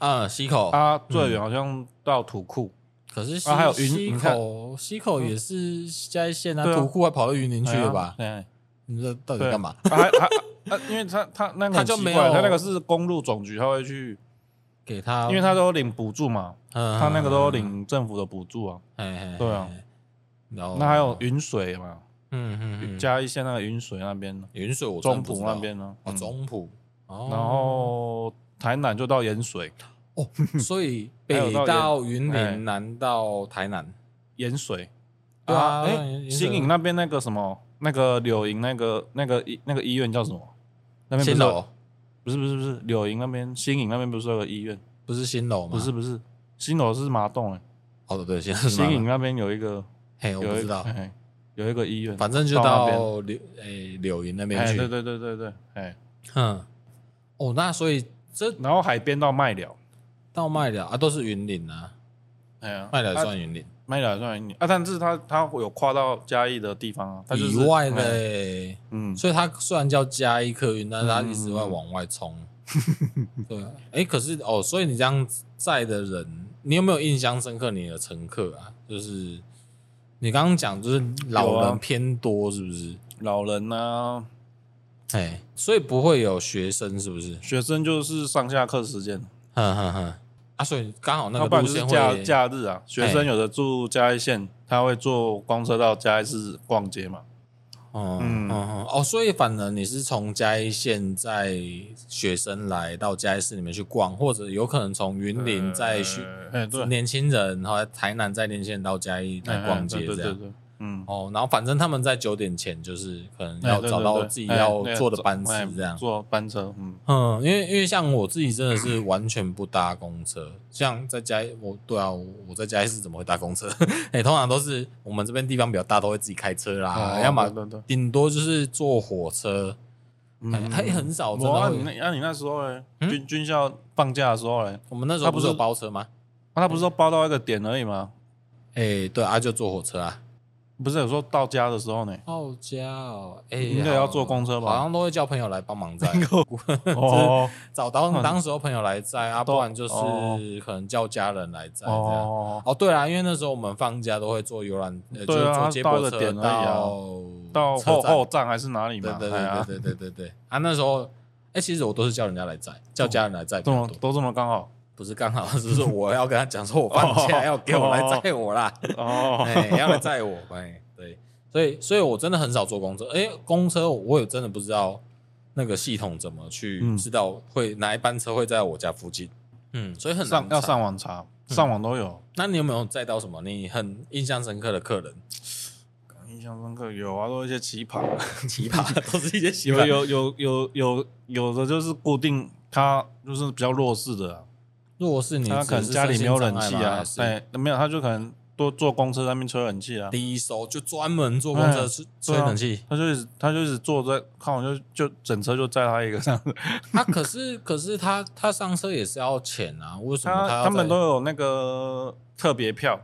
Speaker 1: 啊，溪口，
Speaker 2: 它
Speaker 1: 嗯
Speaker 2: 最远好像到土库，
Speaker 1: 可是溪、
Speaker 2: 啊还有云
Speaker 1: 溪
Speaker 2: 你看嗯
Speaker 1: 口，溪口也是嘉义县啊，
Speaker 2: 对啊
Speaker 1: 土库还跑到云林去了吧？
Speaker 2: 哎呀？
Speaker 1: 你这到底
Speaker 2: 对，
Speaker 1: 干嘛？
Speaker 2: 啊？还还啊，因为它它那个
Speaker 1: 它
Speaker 2: 很
Speaker 1: 就
Speaker 2: 奇
Speaker 1: 没
Speaker 2: 怪
Speaker 1: 有
Speaker 2: 它那个是公路总局，它会去，
Speaker 1: 给他，嗯
Speaker 2: 因为它都有领补助嘛，
Speaker 1: 他
Speaker 2: 它那个
Speaker 1: 啊
Speaker 2: 都有，领政府的补助啊。
Speaker 1: 嘿嘿嘿
Speaker 2: 对啊。
Speaker 1: 然后
Speaker 2: 那还有，云水嘛，
Speaker 1: 嗯哦嗯嗯，
Speaker 2: 嘉义县那个云水那边呢，
Speaker 1: 云水我真的
Speaker 2: 中
Speaker 1: 不
Speaker 2: 埔
Speaker 1: 知道
Speaker 2: 那，边呢，
Speaker 1: 哦，
Speaker 2: 嗯
Speaker 1: 中埔，然
Speaker 2: 然后台南就到盐水，
Speaker 1: 哦，所以
Speaker 2: 还有
Speaker 1: 北
Speaker 2: 到云
Speaker 1: 到云
Speaker 2: 哎
Speaker 1: 林，南到台南，
Speaker 2: 盐水。
Speaker 1: 对啊
Speaker 2: 哎、
Speaker 1: 盐水
Speaker 2: 新营那边那个什么，那个柳营那个那个医那个医院叫什么？那边不是有
Speaker 1: 楼哦
Speaker 2: 不是不是不是柳营那边新营那边不是有个医院？
Speaker 1: 不是新楼吗？
Speaker 2: 不是，不是，新楼是麻洞哎、
Speaker 1: 哦对，新楼
Speaker 2: 新营，那边有一个
Speaker 1: 嘿，我
Speaker 2: 有
Speaker 1: 不
Speaker 2: 一
Speaker 1: 知道
Speaker 2: 哎，有一个医院，
Speaker 1: 反正就
Speaker 2: 到那边
Speaker 1: 到柳诶柳营那边
Speaker 2: 哎
Speaker 1: 去，
Speaker 2: 对对对对对，哎，
Speaker 1: 嗯，哦，那所以这
Speaker 2: 然后海边到麦寮，
Speaker 1: 到麦寮啊，都是云林啊，
Speaker 2: 哎呀，
Speaker 1: 麦寮也
Speaker 2: 啊
Speaker 1: 算云林、
Speaker 2: 麦寮也算啊，但是它它有跨到嘉义的地方啊，它就是
Speaker 1: 以外的、
Speaker 2: 哎
Speaker 1: 欸
Speaker 2: 嗯，
Speaker 1: 所以它虽然叫嘉义客运，但是它一直
Speaker 2: 嗯
Speaker 1: 会往外 冲。对啊，哎、可是哦，所以你这样载的人，你有没有印象深刻你的乘客啊？就是你刚刚讲，就是
Speaker 2: 有
Speaker 1: 老
Speaker 2: 啊
Speaker 1: 人偏多，是不是？
Speaker 2: 老人啊，
Speaker 1: 哎、所以不会有学生，是不是？
Speaker 2: 学生就是上下课时间，
Speaker 1: 哼哼哼，啊，所以刚好那
Speaker 2: 嗯要不
Speaker 1: 个
Speaker 2: 然
Speaker 1: 路
Speaker 2: 就是
Speaker 1: 线
Speaker 2: 假
Speaker 1: 会
Speaker 2: 假日啊，学生
Speaker 1: 哎
Speaker 2: 有的住嘉义县，他会坐公车到嘉义市逛街嘛。
Speaker 1: 哦
Speaker 2: 嗯
Speaker 1: 哦哦，所以反而你是从嘉义县在学生来到嘉义市里面去逛，或者有可能从云林在去、
Speaker 2: 呃哎对，
Speaker 1: 年轻人，然后台南在年轻人到嘉义来
Speaker 2: 哎
Speaker 1: 逛街
Speaker 2: 对
Speaker 1: 这
Speaker 2: 对对
Speaker 1: 样。
Speaker 2: 对，嗯，
Speaker 1: 哦，然后反正他们在九点前就是可能要
Speaker 2: 哎对
Speaker 1: 找
Speaker 2: 对
Speaker 1: 到
Speaker 2: 对
Speaker 1: 自己
Speaker 2: 哎
Speaker 1: 要
Speaker 2: 对
Speaker 1: 坐的
Speaker 2: 走
Speaker 1: 班次
Speaker 2: 哎
Speaker 1: 这样。
Speaker 2: 坐班车，嗯，
Speaker 1: 嗯，因为因为像我自己真的是完全不搭公车，像在家我对啊，我我在家是怎么会搭公车？ 哎、通常都是我们这边地方比较大，都会自己开车啦，
Speaker 2: 哦
Speaker 1: 啊要么哎
Speaker 2: 对对对，
Speaker 1: 顶多就是坐火车，哎、
Speaker 2: 嗯，
Speaker 1: 还很少真
Speaker 2: 我
Speaker 1: 的
Speaker 2: 啊，你
Speaker 1: 会。
Speaker 2: 那啊你那时候嘞，
Speaker 1: 嗯
Speaker 2: 军军校放假的时候嘞，啊
Speaker 1: 我们那时候
Speaker 2: 他
Speaker 1: 不
Speaker 2: 不
Speaker 1: 是有
Speaker 2: 是
Speaker 1: 包车吗？
Speaker 2: 他不是说包到一个点而已吗？
Speaker 1: 哎、对啊，就坐火车啊。
Speaker 2: 不是有说到家的时候呢？
Speaker 1: 到家哦，哎、
Speaker 2: 应该也要坐公车吧
Speaker 1: 好像都会叫朋友来帮忙载，
Speaker 2: 哦
Speaker 1: 找当当时候朋友来载啊，
Speaker 2: 都
Speaker 1: 不然就是
Speaker 2: 哦
Speaker 1: 可能叫家人来载这样。
Speaker 2: 哦，
Speaker 1: 哦，对啦，因为那时候我们放假都会坐游览，呃，就
Speaker 2: 对
Speaker 1: 是
Speaker 2: 啊
Speaker 1: 坐接驳
Speaker 2: 到一
Speaker 1: 车
Speaker 2: 个点而已啊 到
Speaker 1: 车
Speaker 2: 后
Speaker 1: 站
Speaker 2: 后站还是哪里
Speaker 1: 对
Speaker 2: 嘛？
Speaker 1: 对
Speaker 2: 哎呀
Speaker 1: 对对对对对对啊！那时候，哎，其实我都是叫人家来载，叫家人来载比
Speaker 2: 这
Speaker 1: 较
Speaker 2: 么
Speaker 1: 多，
Speaker 2: 都这么 刚好
Speaker 1: 不是刚好，只是我要跟他讲说，我放假要给我来载我啦，
Speaker 2: 哦，
Speaker 1: 哎，要来载我，哎，对，所以，所以我真的很少坐公车，哎，公车我也真的不知道那个系统怎么去
Speaker 2: 嗯
Speaker 1: 知道会哪一班车会在我家附近，嗯，所以很难
Speaker 2: 上要
Speaker 1: 查嗯
Speaker 2: 上网查，上网都有。
Speaker 1: 那你有没有载到什么你很印象深刻的客 人？
Speaker 2: 印象深刻有啊，都一些奇葩，
Speaker 1: 奇葩， 都是一些奇
Speaker 2: 有
Speaker 1: 葩。
Speaker 2: 有有有有有的就是固定，他就是比较弱势的啊、
Speaker 1: 弱势你
Speaker 2: 他可能家里没有冷气啊，
Speaker 1: 对，
Speaker 2: 对，没有他就可能多坐公车在那边吹冷气啊，
Speaker 1: 第一手就专门坐公车吹吹
Speaker 2: 对啊
Speaker 1: 冷气。
Speaker 2: 他就一直他就一直坐在，看我就就整车就载他一个这样子，
Speaker 1: 他啊可是可是他他上车也是要钱啊，为什么
Speaker 2: 他
Speaker 1: 要
Speaker 2: 他们
Speaker 1: 在
Speaker 2: 都有那个特别票，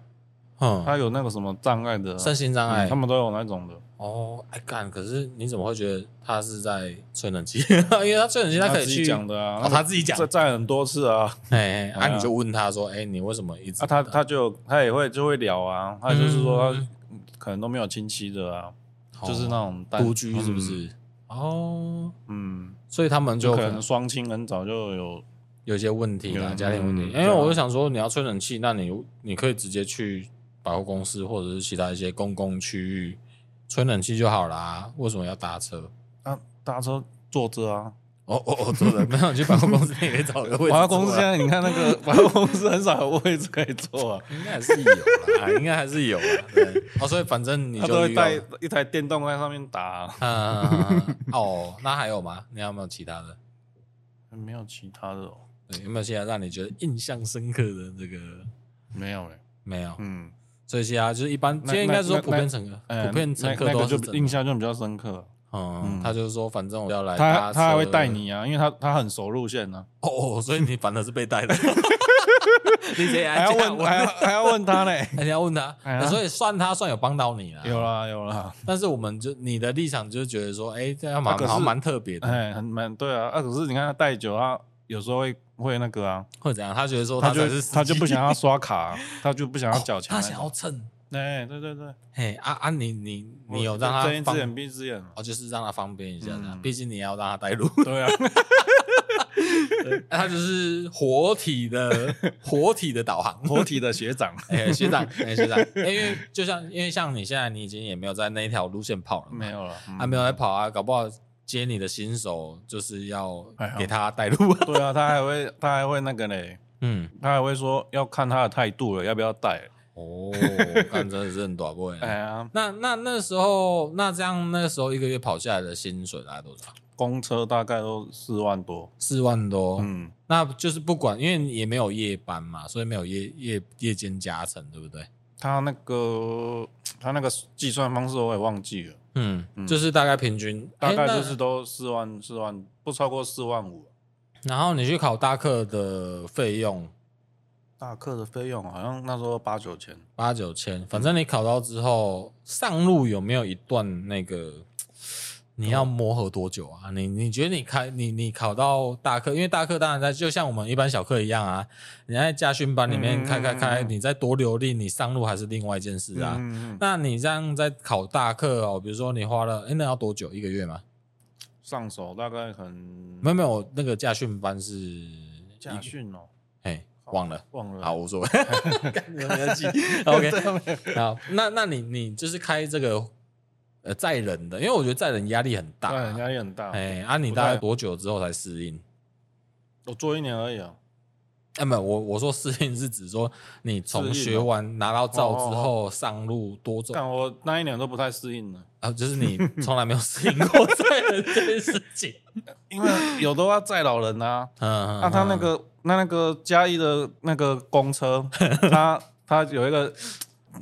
Speaker 1: 嗯
Speaker 2: 他有那个什么障碍的啊，
Speaker 1: 身心障
Speaker 2: 嗯
Speaker 1: 碍
Speaker 2: 他们都有那种的，
Speaker 1: 哦，哎干，可是你怎么会觉得他是在吹冷气？ 因为他吹冷气，可以
Speaker 2: 自
Speaker 1: 去
Speaker 2: 己讲的啊，
Speaker 1: 哦，他自己讲
Speaker 2: 这，站很多次啊，
Speaker 1: 哎，哎
Speaker 2: 哎
Speaker 1: 啊，
Speaker 2: 呀
Speaker 1: 你就问他说，哎，你为什么一直
Speaker 2: 啊，他他就他也会就会聊啊，他就是说他
Speaker 1: 嗯
Speaker 2: 可能都没有亲戚的啊，
Speaker 1: 哦
Speaker 2: 就是那种单
Speaker 1: 独居是不？是？哦，
Speaker 2: 嗯，嗯
Speaker 1: 所以他们
Speaker 2: 就
Speaker 1: 就
Speaker 2: 可能双亲很早就有，
Speaker 1: 有一些问题啦，
Speaker 2: 嗯
Speaker 1: 家庭问题。因
Speaker 2: 嗯
Speaker 1: 为我就想说，你要吹冷气，那你你可以直接去百货公司或者是其他一些公共区域吹冷气就好啦，为什么要搭车？
Speaker 2: 啊，搭车坐着啊，
Speaker 1: 哦哦哦，真的，没有你去百货公司也可以找个位置坐
Speaker 2: 百
Speaker 1: 啊。
Speaker 2: 货公司现在你看那个 百货公司很少有位置可以坐啊，
Speaker 1: 应该还是有 啦，应该还是有啦。对，哦，所以反正你
Speaker 2: 他
Speaker 1: 就
Speaker 2: 都会
Speaker 1: 遇到
Speaker 2: 带一台电动在上面打啊，
Speaker 1: 嗯，哦，那还有吗？你还有没有其他的？
Speaker 2: 没有其他的哦，
Speaker 1: 对，有没有现在让你觉得印象深刻的这个？
Speaker 2: 没有嘞，
Speaker 1: 没有，
Speaker 2: 嗯，
Speaker 1: 所以其他就是一般，
Speaker 2: 那
Speaker 1: 现在应该
Speaker 2: 那
Speaker 1: 说
Speaker 2: 那
Speaker 1: 普遍乘客，
Speaker 2: 哎
Speaker 1: 普遍乘客
Speaker 2: 那那
Speaker 1: 都
Speaker 2: 个
Speaker 1: 是
Speaker 2: 就
Speaker 1: 真
Speaker 2: 印
Speaker 1: 的。
Speaker 2: 象就比较深刻，
Speaker 1: 嗯，
Speaker 2: 嗯
Speaker 1: 他就是说，反正我要来搭
Speaker 2: 他
Speaker 1: 车，
Speaker 2: 他还会带你啊，因为他他很熟路线啊呢，
Speaker 1: 哦，所以你反而是被 带的。你谁
Speaker 2: 还
Speaker 1: 还哎
Speaker 2: 要
Speaker 1: 这样
Speaker 2: 问还要还要问他嘞，
Speaker 1: 还要问他
Speaker 2: 哎，呀
Speaker 1: 所以算他算有帮到你了。
Speaker 2: 有啦有 啦，
Speaker 1: 但是我们就你的立场就是觉得说，哎，这样蛮
Speaker 2: 啊可
Speaker 1: 好
Speaker 2: 是
Speaker 1: 像蛮特别的，
Speaker 2: 哎，很蛮对啊，啊，可是你看他带酒啊，有时候会会那个啊，
Speaker 1: 或者怎样？哦他觉得说
Speaker 2: 他
Speaker 1: 才
Speaker 2: 就是他就不想
Speaker 1: 要
Speaker 2: 要刷卡 啊，他就不想要缴钱啊，
Speaker 1: 哦他想要蹭。
Speaker 2: 哎，对对对，
Speaker 1: 嘿，啊啊，你你你有
Speaker 2: 我
Speaker 1: 让他
Speaker 2: 睁一只
Speaker 1: 方
Speaker 2: 眼闭一只眼嘛，
Speaker 1: 哦，就是让他方便一下这样，
Speaker 2: 嗯
Speaker 1: 毕竟你也要让他带路。
Speaker 2: 对啊，
Speaker 1: 他就是活体 的活体的导航。
Speaker 2: 活体的学 长
Speaker 1: 哎、学长，哎、学长，哎因为就像因为像你现在，你已经也没有在那一条路线跑了嘛，
Speaker 2: 没有了，
Speaker 1: 还、
Speaker 2: 嗯
Speaker 1: 没有在跑啊，搞不好接你的新手就是要
Speaker 2: 哎呀
Speaker 1: 给他带路 啊。
Speaker 2: 对啊，他还会他还会那个嘞，
Speaker 1: 嗯，
Speaker 2: 他还会说要看他的态度了，要不要带？
Speaker 1: 哦，看真的是很短不会。
Speaker 2: 哎呀，
Speaker 1: 那那那时候，那这样那时候一个月跑下来的薪水大概多少？
Speaker 2: 公车大概都四万多，
Speaker 1: 四万多。
Speaker 2: 嗯，
Speaker 1: 那就是不管，因为也没有夜班嘛，所以没有夜夜夜间加成，对不对？
Speaker 2: 他那个他那个计算方式我也忘记了，
Speaker 1: 嗯，
Speaker 2: 嗯
Speaker 1: 就是大概平均，
Speaker 2: 大
Speaker 1: 诶
Speaker 2: 概
Speaker 1: 哎那
Speaker 2: 就是都四万四万，不超过四万五。
Speaker 1: 然后你去考大课的费用
Speaker 2: 大课的费用好像那时候八九千，
Speaker 1: 八九千，反
Speaker 2: 嗯
Speaker 1: 正你考到之后上路有没有一段那个？你要磨合多久
Speaker 2: 嗯
Speaker 1: 啊？你你觉得你开你你考到大课，因为大课当然在就像我们一般小课一样啊，你在家训班里面
Speaker 2: 嗯
Speaker 1: 开开开，
Speaker 2: 嗯嗯
Speaker 1: 你再多流利，你上路还是另外一件事啊。
Speaker 2: 嗯，嗯嗯
Speaker 1: 那你这样在考大课哦，比如说你花了，哎，那要多久？一个月吗？
Speaker 2: 上手大概很
Speaker 1: 没有没有，我那个驾训班是
Speaker 2: 驾，训哦，
Speaker 1: 哎，忘了，
Speaker 2: 忘了
Speaker 1: 好，无 所谓。
Speaker 2: 没关系
Speaker 1: OK 好，那那你你就是开这个呃载人的，因为我觉得载人压力很大
Speaker 2: 对，人
Speaker 1: 啊。
Speaker 2: 家也很大，
Speaker 1: 哎，啊，你
Speaker 2: 不
Speaker 1: 大概
Speaker 2: 太
Speaker 1: 多久之后才适应？
Speaker 2: 我做一年而已啊，
Speaker 1: 哎，没有，我我说适应是指说你从
Speaker 2: 适应
Speaker 1: 学
Speaker 2: 哦
Speaker 1: 完拿到照之
Speaker 2: 哦哦
Speaker 1: 后上路多走
Speaker 2: 但我那一年都不太适应了，
Speaker 1: 啊，就是你从来没有适应过载人这件事情。
Speaker 2: 因为有的要载老人啊，
Speaker 1: 嗯，
Speaker 2: 那他那
Speaker 1: 嗯
Speaker 2: 个那那个嘉义的那个 公车，他他有一个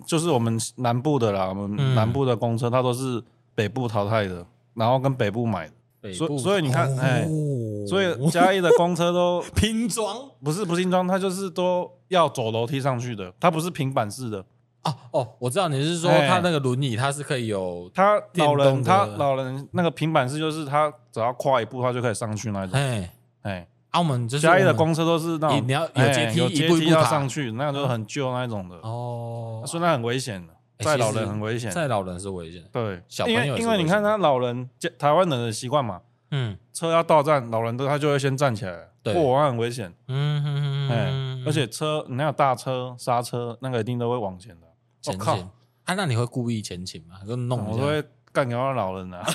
Speaker 2: 就是我们南部的啦，我
Speaker 1: 嗯
Speaker 2: 们南部的公车，它都是北部淘汰的，然后跟北部买的，
Speaker 1: 北
Speaker 2: 所
Speaker 1: 部
Speaker 2: 所以你看哎
Speaker 1: 哦
Speaker 2: 所以嘉义的公车都
Speaker 1: 拼装
Speaker 2: 不是不新装，它就是都要走楼梯上去的，它不是平板式的，
Speaker 1: 哦哦，我知道你是说
Speaker 2: 哎
Speaker 1: 他那个轮椅它是可以有
Speaker 2: 他老
Speaker 1: 电动的
Speaker 2: 人他老人那个平板式就是他只要跨一步他就可以上去那 一种，
Speaker 1: 哎，
Speaker 2: 哎，
Speaker 1: 澳门就是
Speaker 2: 嘉义的
Speaker 1: 我们
Speaker 2: 公车都是那种
Speaker 1: 你要有
Speaker 2: 哎
Speaker 1: 阶梯
Speaker 2: 有
Speaker 1: 一
Speaker 2: 阶
Speaker 1: 步一
Speaker 2: 梯
Speaker 1: 步
Speaker 2: 要
Speaker 1: 爬
Speaker 2: 上去，那个就是很旧那一种的，
Speaker 1: 哦，
Speaker 2: 所以那很危险的，
Speaker 1: 哎
Speaker 2: 载
Speaker 1: 其
Speaker 2: 老
Speaker 1: 实
Speaker 2: 人很危险，
Speaker 1: 在老人是危险的，
Speaker 2: 对，
Speaker 1: 小朋友
Speaker 2: 因为
Speaker 1: 也是
Speaker 2: 因为
Speaker 1: 危
Speaker 2: 你
Speaker 1: 险
Speaker 2: 看他老人，这台湾人的习惯嘛，
Speaker 1: 嗯
Speaker 2: 车要到站，老人都他就会先站起来，
Speaker 1: 对
Speaker 2: 过弯很危险，
Speaker 1: 嗯嗯
Speaker 2: 哎、而且车你那有大车刹车，那个一定都会往前的。我、
Speaker 1: 前
Speaker 2: 靠，
Speaker 1: 倾啊，那你会故意前倾吗？就弄
Speaker 2: 我
Speaker 1: 一
Speaker 2: 都
Speaker 1: 下，
Speaker 2: 会干掉那老 人啊，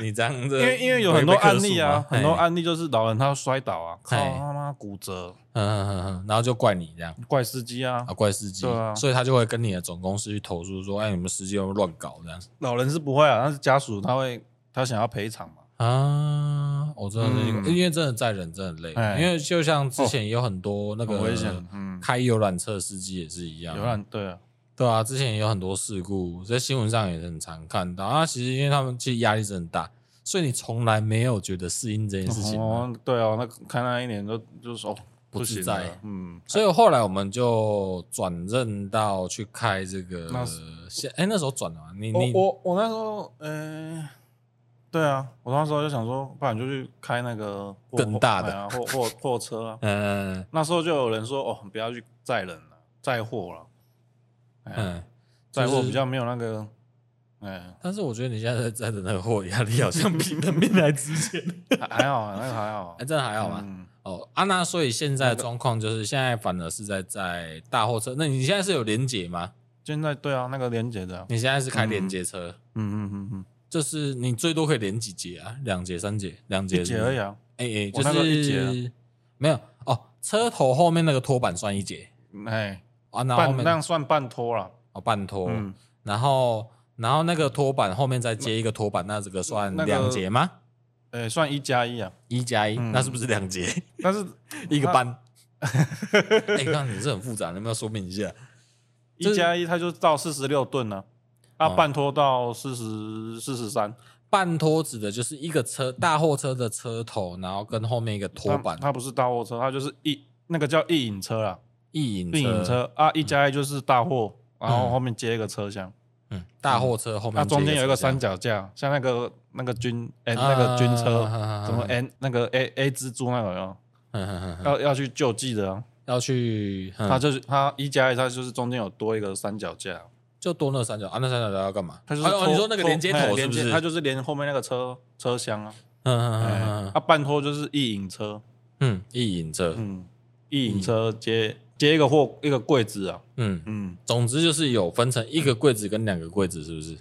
Speaker 1: 你这样子，
Speaker 2: 因为因为有很多
Speaker 1: 会被
Speaker 2: 案
Speaker 1: 客诉
Speaker 2: 例啊
Speaker 1: 吗，
Speaker 2: 很多，
Speaker 1: 哎
Speaker 2: 案例就是老人他摔倒啊，靠
Speaker 1: 哎
Speaker 2: 他妈骨折，
Speaker 1: 嗯嗯嗯嗯，然后就怪你这样。
Speaker 2: 怪司机啊
Speaker 1: 啊，，怪司机，
Speaker 2: 对啊
Speaker 1: 所以他就会跟你的总公司去投诉说，哎，你们司机有没有乱搞这样
Speaker 2: 老人是不会啊，但是家属他会他想要赔偿嘛，
Speaker 1: 啊，我真的是、
Speaker 2: 嗯
Speaker 1: 因为真的载人真的很累，
Speaker 2: 哎
Speaker 1: 因为就像之前也有很多那个
Speaker 2: 很危险，嗯，
Speaker 1: 开游览车的司机也是一样，
Speaker 2: 有人对啊，
Speaker 1: 对啊，之前也有很多事故，在新闻上也很常看到啊。其实因为他们其实压力真的很大，所以你从来没有觉得适应这件事情吗。
Speaker 2: 啊哦，对啊，那看那一年就就说哦
Speaker 1: 不自
Speaker 2: 行啊
Speaker 1: 在。
Speaker 2: 嗯，
Speaker 1: 所以后来我们就转任到去开这个
Speaker 2: 那是哦
Speaker 1: 现，哎、那时候转了嘛，你
Speaker 2: 我
Speaker 1: 你
Speaker 2: 我我那时候，嗯、对啊，我那时候就想说，不然就去开那个货
Speaker 1: 更大的
Speaker 2: 哎呀货货货车 啊。
Speaker 1: 嗯
Speaker 2: 那时候就有人说，哦，不要去载人了，载货了，
Speaker 1: 嗯，
Speaker 2: 载货
Speaker 1: 就是
Speaker 2: 比较没有那个，哎、
Speaker 1: 但是我觉得你现在在的那个货压力好像比人民来之 前，
Speaker 2: 还还好，啊那个还好
Speaker 1: 哎、，真的 还好吗？
Speaker 2: 嗯
Speaker 1: 哦，啊，那所以现在的状况就是现在反而是在在大货车，那你现在是有连结吗？
Speaker 2: 现在对啊，那个连接的啊，
Speaker 1: 你现在是开连接车，
Speaker 2: 嗯嗯嗯嗯，
Speaker 1: 就是你最多可以连几节啊？两节、三节、两节
Speaker 2: 一节而已
Speaker 1: 啊。
Speaker 2: 啊，
Speaker 1: 哎、哎、
Speaker 2: 我那个一节啊
Speaker 1: 就是没有哦，车头后面那个拖板算一节
Speaker 2: 哎、
Speaker 1: 啊，然后后
Speaker 2: 半
Speaker 1: 面
Speaker 2: 那样算半拖了，
Speaker 1: 哦半拖，
Speaker 2: 嗯，
Speaker 1: 然后然后那个拖板后面再接一个拖板，那这个算
Speaker 2: 那个
Speaker 1: 两节吗？
Speaker 2: 哎、算一加一啊，
Speaker 1: 一加一，
Speaker 2: 嗯
Speaker 1: 那是不是两节
Speaker 2: 但是
Speaker 1: 一个 班？哎、那你是很复杂，能不能说明一下？就
Speaker 2: 一
Speaker 1: 是
Speaker 2: 加一它就到四十六吨了，啊，
Speaker 1: 哦
Speaker 2: 半拖到四十四十三，
Speaker 1: 半拖指的就是一个车大货车的车头，然后跟后面一个拖
Speaker 2: 它
Speaker 1: 板，
Speaker 2: 它不是大货车，它就是一那个叫一引车啦，
Speaker 1: 一引
Speaker 2: 一引车啊，一加一就是大货，然后
Speaker 1: 嗯
Speaker 2: 后面接一个车厢，
Speaker 1: 嗯，大货车后面
Speaker 2: 那中间有一个
Speaker 1: 三
Speaker 2: 三
Speaker 1: 角，
Speaker 2: 脚架，像那个那个军哎
Speaker 1: 啊
Speaker 2: 那个军车
Speaker 1: 啊啊啊
Speaker 2: 什么 N 那个 A A 蜘蛛那个有没有
Speaker 1: 嗯嗯嗯嗯
Speaker 2: 要要去救济的啊，
Speaker 1: 要去，
Speaker 2: 它
Speaker 1: 他
Speaker 2: 就是它一加一它就是中间有多一个三脚架，
Speaker 1: 就多那三角啊，那三角要干嘛？
Speaker 2: 它就是
Speaker 1: 哎呦
Speaker 2: 拖
Speaker 1: 你说那个
Speaker 2: 拖
Speaker 1: 连接
Speaker 2: 哎
Speaker 1: 头是
Speaker 2: 连
Speaker 1: 不
Speaker 2: 接
Speaker 1: 是？
Speaker 2: 它就是连后面那个车车厢啊，
Speaker 1: 嗯嗯嗯
Speaker 2: 哎
Speaker 1: 嗯
Speaker 2: 啊半拖就是一引车。
Speaker 1: 嗯，一引车，
Speaker 2: 嗯，一引车接接一个货一个柜子啊，
Speaker 1: 嗯，
Speaker 2: 嗯，
Speaker 1: 总之就是有分成一个柜子跟两个柜子，是不是？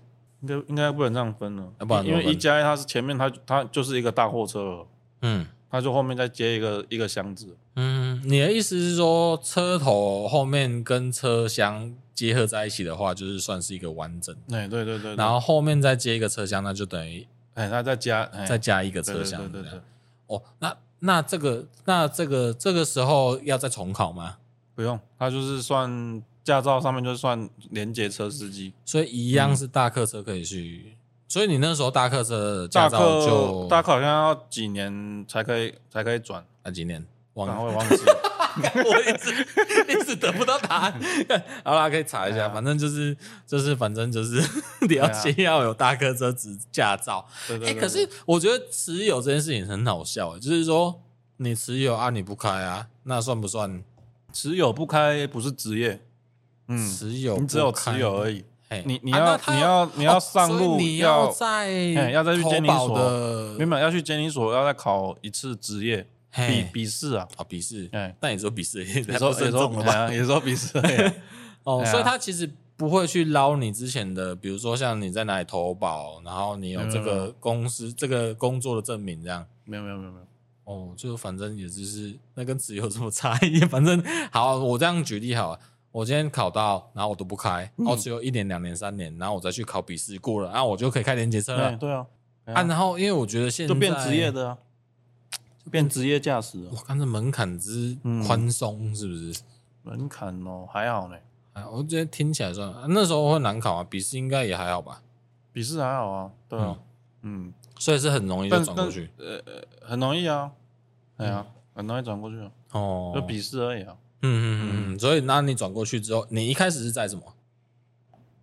Speaker 2: 应该应该不能这样分了，
Speaker 1: 啊不然怎
Speaker 2: 因
Speaker 1: 么
Speaker 2: 为
Speaker 1: 分
Speaker 2: 一加一它是前面它它就是一个大货车了，
Speaker 1: 嗯
Speaker 2: 它就后面再接一个一个箱子，
Speaker 1: 嗯，你的意思是说车头后面跟车厢结合在一起的话，就是算是一个完整，
Speaker 2: 哎，对对对，对
Speaker 1: 然后后面再接一个车厢，那就等于
Speaker 2: 哎，它再加哎
Speaker 1: 再加一个
Speaker 2: 对
Speaker 1: 车
Speaker 2: 对
Speaker 1: 厢，
Speaker 2: 对对
Speaker 1: 这
Speaker 2: 对
Speaker 1: 样，哦，那那这个那这个这个时候要再重考吗？
Speaker 2: 不用，它就是算驾照上面就算连接车司机，
Speaker 1: 所以一样是大客车可以去，所以你那时候大客车的驾
Speaker 2: 嗯大
Speaker 1: 照
Speaker 2: 客
Speaker 1: 就
Speaker 2: 大客好像要几年才可以才可以转，
Speaker 1: 啊几年？忘
Speaker 2: 然
Speaker 1: 了，
Speaker 2: 后忘记，
Speaker 1: 我一直一直得不到答案。 好啦，可以查一
Speaker 2: 哎
Speaker 1: 下，
Speaker 2: 呀
Speaker 1: 反正就是就是反正就是 你要
Speaker 2: 哎呀
Speaker 1: 先要有大客车执驾照。
Speaker 2: 对 对
Speaker 1: 哎，
Speaker 2: 对，
Speaker 1: 可是我觉得持有这件事情很好笑，就是说你持有啊你不开啊，那算不算
Speaker 2: 持有不开不是职业，嗯，
Speaker 1: 持有？
Speaker 2: 你只有持有而已。
Speaker 1: 嘿，
Speaker 2: 你你
Speaker 1: 啊
Speaker 2: 要、
Speaker 1: 那他
Speaker 2: 你要你要
Speaker 1: 哦
Speaker 2: 上
Speaker 1: 所
Speaker 2: 路、
Speaker 1: 以你
Speaker 2: 要
Speaker 1: 在
Speaker 2: 哎要再去
Speaker 1: 投
Speaker 2: 监理
Speaker 1: 保
Speaker 2: 所
Speaker 1: 的
Speaker 2: 原本要去监理所要再考一次职业笔
Speaker 1: 嘿
Speaker 2: 笔试啊，
Speaker 1: 啊笔试
Speaker 2: 哎，
Speaker 1: 但也只有笔试，
Speaker 2: 有
Speaker 1: 也
Speaker 2: 时候
Speaker 1: 太不慎
Speaker 2: 有时候
Speaker 1: 重了吧？
Speaker 2: 哎呀有时候笔 试而已啊，
Speaker 1: 哦，
Speaker 2: 哎呀
Speaker 1: 所以他其实不会去捞你之前的，比如说像你在哪里投保，然后你有这个
Speaker 2: 嗯
Speaker 1: 公司、这个工作的证明这样。
Speaker 2: 没有没有没有没有，
Speaker 1: 哦，就反正也就是那跟持有什么差异？ 反正好，我这样举例好了。我今天考到，然后我都不开，
Speaker 2: 嗯
Speaker 1: 然后只有一年、两年、三年，然后我再去考笔试过了，然后我就可以开连接车
Speaker 2: 对
Speaker 1: 了
Speaker 2: 对啊，哎呀
Speaker 1: 啊。然后因为我觉得现在
Speaker 2: 就变职业，的啊，就变职业驾驶啊
Speaker 1: 我看这门槛之
Speaker 2: 嗯
Speaker 1: 宽松是不是？
Speaker 2: 门槛哦还好呢，
Speaker 1: 啊，我觉得听起来算啊那时候会难考啊，笔试应该也还好吧，
Speaker 2: 笔试还好啊，对啊，嗯，
Speaker 1: 所以是很容易就
Speaker 2: 但
Speaker 1: 转过去。
Speaker 2: 但呃呃很容易啊，哎呀很容易转过去啊，
Speaker 1: 哦，
Speaker 2: 就笔试而已啊。
Speaker 1: 嗯嗯嗯嗯，所以那你转过去之后，你一开始是在什么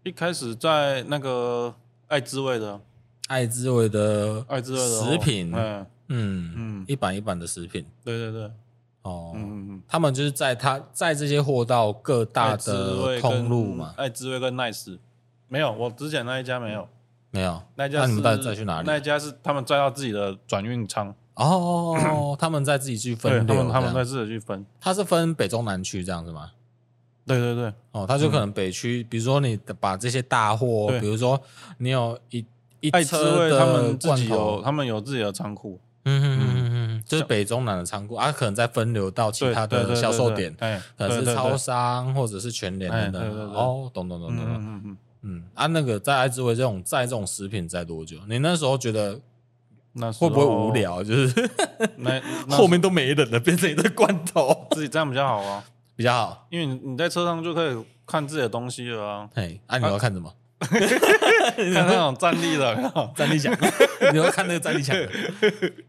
Speaker 2: 一开始在那个爱滋味的啊
Speaker 1: 爱滋味的
Speaker 2: 爱滋味的哦
Speaker 1: 食品？
Speaker 2: 嗯
Speaker 1: 嗯
Speaker 2: 嗯
Speaker 1: 一版一版的食品
Speaker 2: 对对对，
Speaker 1: 哦。
Speaker 2: 嗯嗯嗯。
Speaker 1: 他们就是在他在这些货到各大
Speaker 2: 爱哎滋
Speaker 1: 的
Speaker 2: 味
Speaker 1: 通路嘛，
Speaker 2: 爱滋味跟 Nice 没有，我之前那一家没有，
Speaker 1: 没有？
Speaker 2: 那一家
Speaker 1: 那
Speaker 2: 是
Speaker 1: 你们到底再去哪里？
Speaker 2: 那一家是他们载到自己的转运仓，
Speaker 1: 哦，他们在自己去
Speaker 2: 对
Speaker 1: 分流这
Speaker 2: 他
Speaker 1: 样，
Speaker 2: 们他们在自己去分。
Speaker 1: 他是分北中南区这样子吗？
Speaker 2: 对对对，
Speaker 1: 哦，他就可能北区，比如说你把这些大货，
Speaker 2: 嗯对
Speaker 1: 比如说你有一一
Speaker 2: 爱哎滋
Speaker 1: 车
Speaker 2: 味他
Speaker 1: 的
Speaker 2: 们自
Speaker 1: 罐
Speaker 2: 己有，
Speaker 1: 头，
Speaker 2: 他们有自己的仓库，
Speaker 1: 嗯嗯嗯嗯嗯，就是北中南的仓库，啊，可能再分流到其
Speaker 2: 对
Speaker 1: 他
Speaker 2: 对对
Speaker 1: 的
Speaker 2: 对
Speaker 1: 销售点
Speaker 2: 对，哎，
Speaker 1: 可能
Speaker 2: 对
Speaker 1: 是
Speaker 2: 对
Speaker 1: 超
Speaker 2: 对
Speaker 1: 商或者是全联等
Speaker 2: 哎对对
Speaker 1: 等。
Speaker 2: 对
Speaker 1: 哦，懂懂懂
Speaker 2: 嗯
Speaker 1: 懂懂。
Speaker 2: 嗯嗯，
Speaker 1: 嗯，啊，那个在爱之味这种在这种食品在多久？你那时候觉得
Speaker 2: 那时
Speaker 1: 会
Speaker 2: 候
Speaker 1: 不会无？聊？就是
Speaker 2: 那哦那
Speaker 1: 后面都没人了，变成一堆罐 头
Speaker 2: 自己这样比较好啊，
Speaker 1: 比较好。，
Speaker 2: 因为你你在车上就可以看自己的东西了啊
Speaker 1: 嘿，啊，你要看什么？
Speaker 2: 看那种哎站立的有没有，
Speaker 1: 战力奖，你要看那个战力奖的。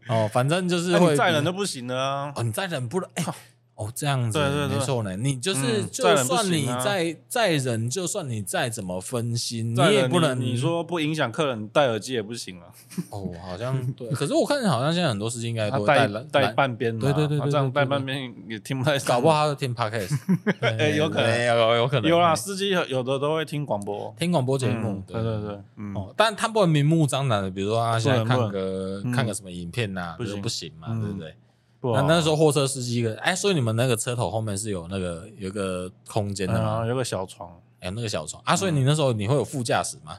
Speaker 1: 哦，反正就是
Speaker 2: 那
Speaker 1: 会
Speaker 2: 你载人
Speaker 1: 比
Speaker 2: 就不行了啊，
Speaker 1: 哦，你再忍不了。哎、哦，这样子，
Speaker 2: 对对对
Speaker 1: 没错呢。你就是，
Speaker 2: 嗯
Speaker 1: 就
Speaker 2: 再忍不
Speaker 1: 算你
Speaker 2: 行啊
Speaker 1: 再再忍，就算你再怎么分心，
Speaker 2: 再
Speaker 1: 也
Speaker 2: 了
Speaker 1: 不能
Speaker 2: 你说不影响客人，戴耳机也不行啊了，
Speaker 1: 哦，好像对。可是我看好像现在很多事情应该
Speaker 2: 他
Speaker 1: 都
Speaker 2: 戴
Speaker 1: 蓝
Speaker 2: 戴
Speaker 1: 蓝
Speaker 2: 半边嘛，
Speaker 1: 对对对对
Speaker 2: 啊这
Speaker 1: 对
Speaker 2: 样
Speaker 1: 对
Speaker 2: 戴
Speaker 1: 对
Speaker 2: 半边也听不太
Speaker 1: 搞不好他都听 podcast，对
Speaker 2: 哎有可能
Speaker 1: 对有有可能
Speaker 2: 有啦，
Speaker 1: 嘿
Speaker 2: 司机有有的都会听广播
Speaker 1: 听广播节目
Speaker 2: 嗯，对对对，嗯，
Speaker 1: 哦，但他不能明目张胆的，比如说他现在
Speaker 2: 不能
Speaker 1: 看
Speaker 2: 不能
Speaker 1: 个
Speaker 2: 嗯
Speaker 1: 看个什么影片呐，
Speaker 2: 不
Speaker 1: 比如
Speaker 2: 行
Speaker 1: 不行嘛，
Speaker 2: 嗯
Speaker 1: 对不对？
Speaker 2: 不
Speaker 1: 那
Speaker 2: 好
Speaker 1: 那时候货车司机的，哎，所以你们那个车头后面是有那个有一个空间的
Speaker 2: 嗯
Speaker 1: 嘛，
Speaker 2: 有个小床，
Speaker 1: 有那个小床啊，所以你那时候你会有副驾驶吗？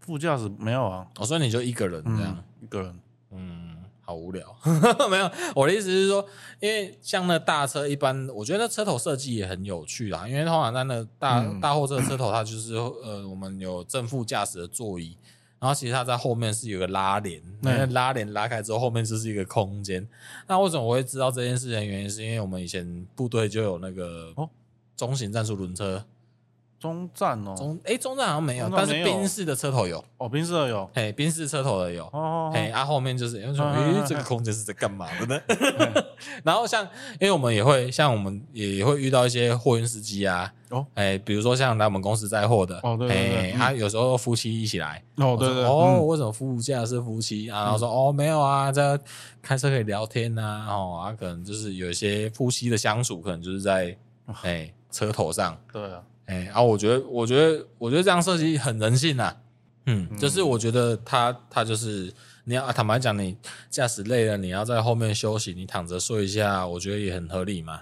Speaker 2: 副驾驶没有啊，
Speaker 1: 哦，所以你就一个人这样
Speaker 2: 嗯，，一个人，
Speaker 1: 嗯，好无聊。 没有，我的意思是说，因为像那大车一般，我觉得那车头设计也很有趣啦。因为通常在那大、
Speaker 2: 嗯
Speaker 1: 大货车的车头，它就是呃，我们有正副驾驶的座椅，然后其实它在后面是有个拉帘，
Speaker 2: 嗯
Speaker 1: 那、拉帘拉开之后，后面就是一个空间。那为什么我会知道这件事情？的原因是因为我们以前部队就有那个
Speaker 2: 哦
Speaker 1: 中型战术轮车，
Speaker 2: 中站哦，
Speaker 1: 中诶，中站好像没有，
Speaker 2: 中
Speaker 1: 但
Speaker 2: 站
Speaker 1: 是
Speaker 2: 没有
Speaker 1: 宾士的车头有，
Speaker 2: 哦，平时有，
Speaker 1: 哎，宾士车头的有。
Speaker 2: 哦，
Speaker 1: 哎、啊，后面就是，因为说，
Speaker 2: 嗯
Speaker 1: 哎、
Speaker 2: 嗯嗯
Speaker 1: 这个空间是在干嘛的呢？ 然后像，因为我们也会，像我们也会遇到一些货运司机啊，
Speaker 2: 哦
Speaker 1: 哎、比如说像来我们公司载货的，
Speaker 2: 哦对对对
Speaker 1: 哎
Speaker 2: 嗯
Speaker 1: 啊，有时候夫妻一起来，
Speaker 2: 哦，
Speaker 1: 我
Speaker 2: 对
Speaker 1: 说
Speaker 2: 对，
Speaker 1: 哦，
Speaker 2: 嗯，
Speaker 1: 为什么副驾是夫妻啊？然后说，哦，没有啊，这开车可以聊天呐、啊，哦，啊，可能就是有一些夫妻的相处，可能就是在，
Speaker 2: 哦
Speaker 1: 哎、车头上，
Speaker 2: 对啊，
Speaker 1: 哎、啊，我觉得，我觉得，我觉得这样设计很人性啊。嗯，就是我觉得他他就是你要、啊、坦白讲，你驾驶累了，你要在后面休息，你躺着睡一下，我觉得也很合理嘛，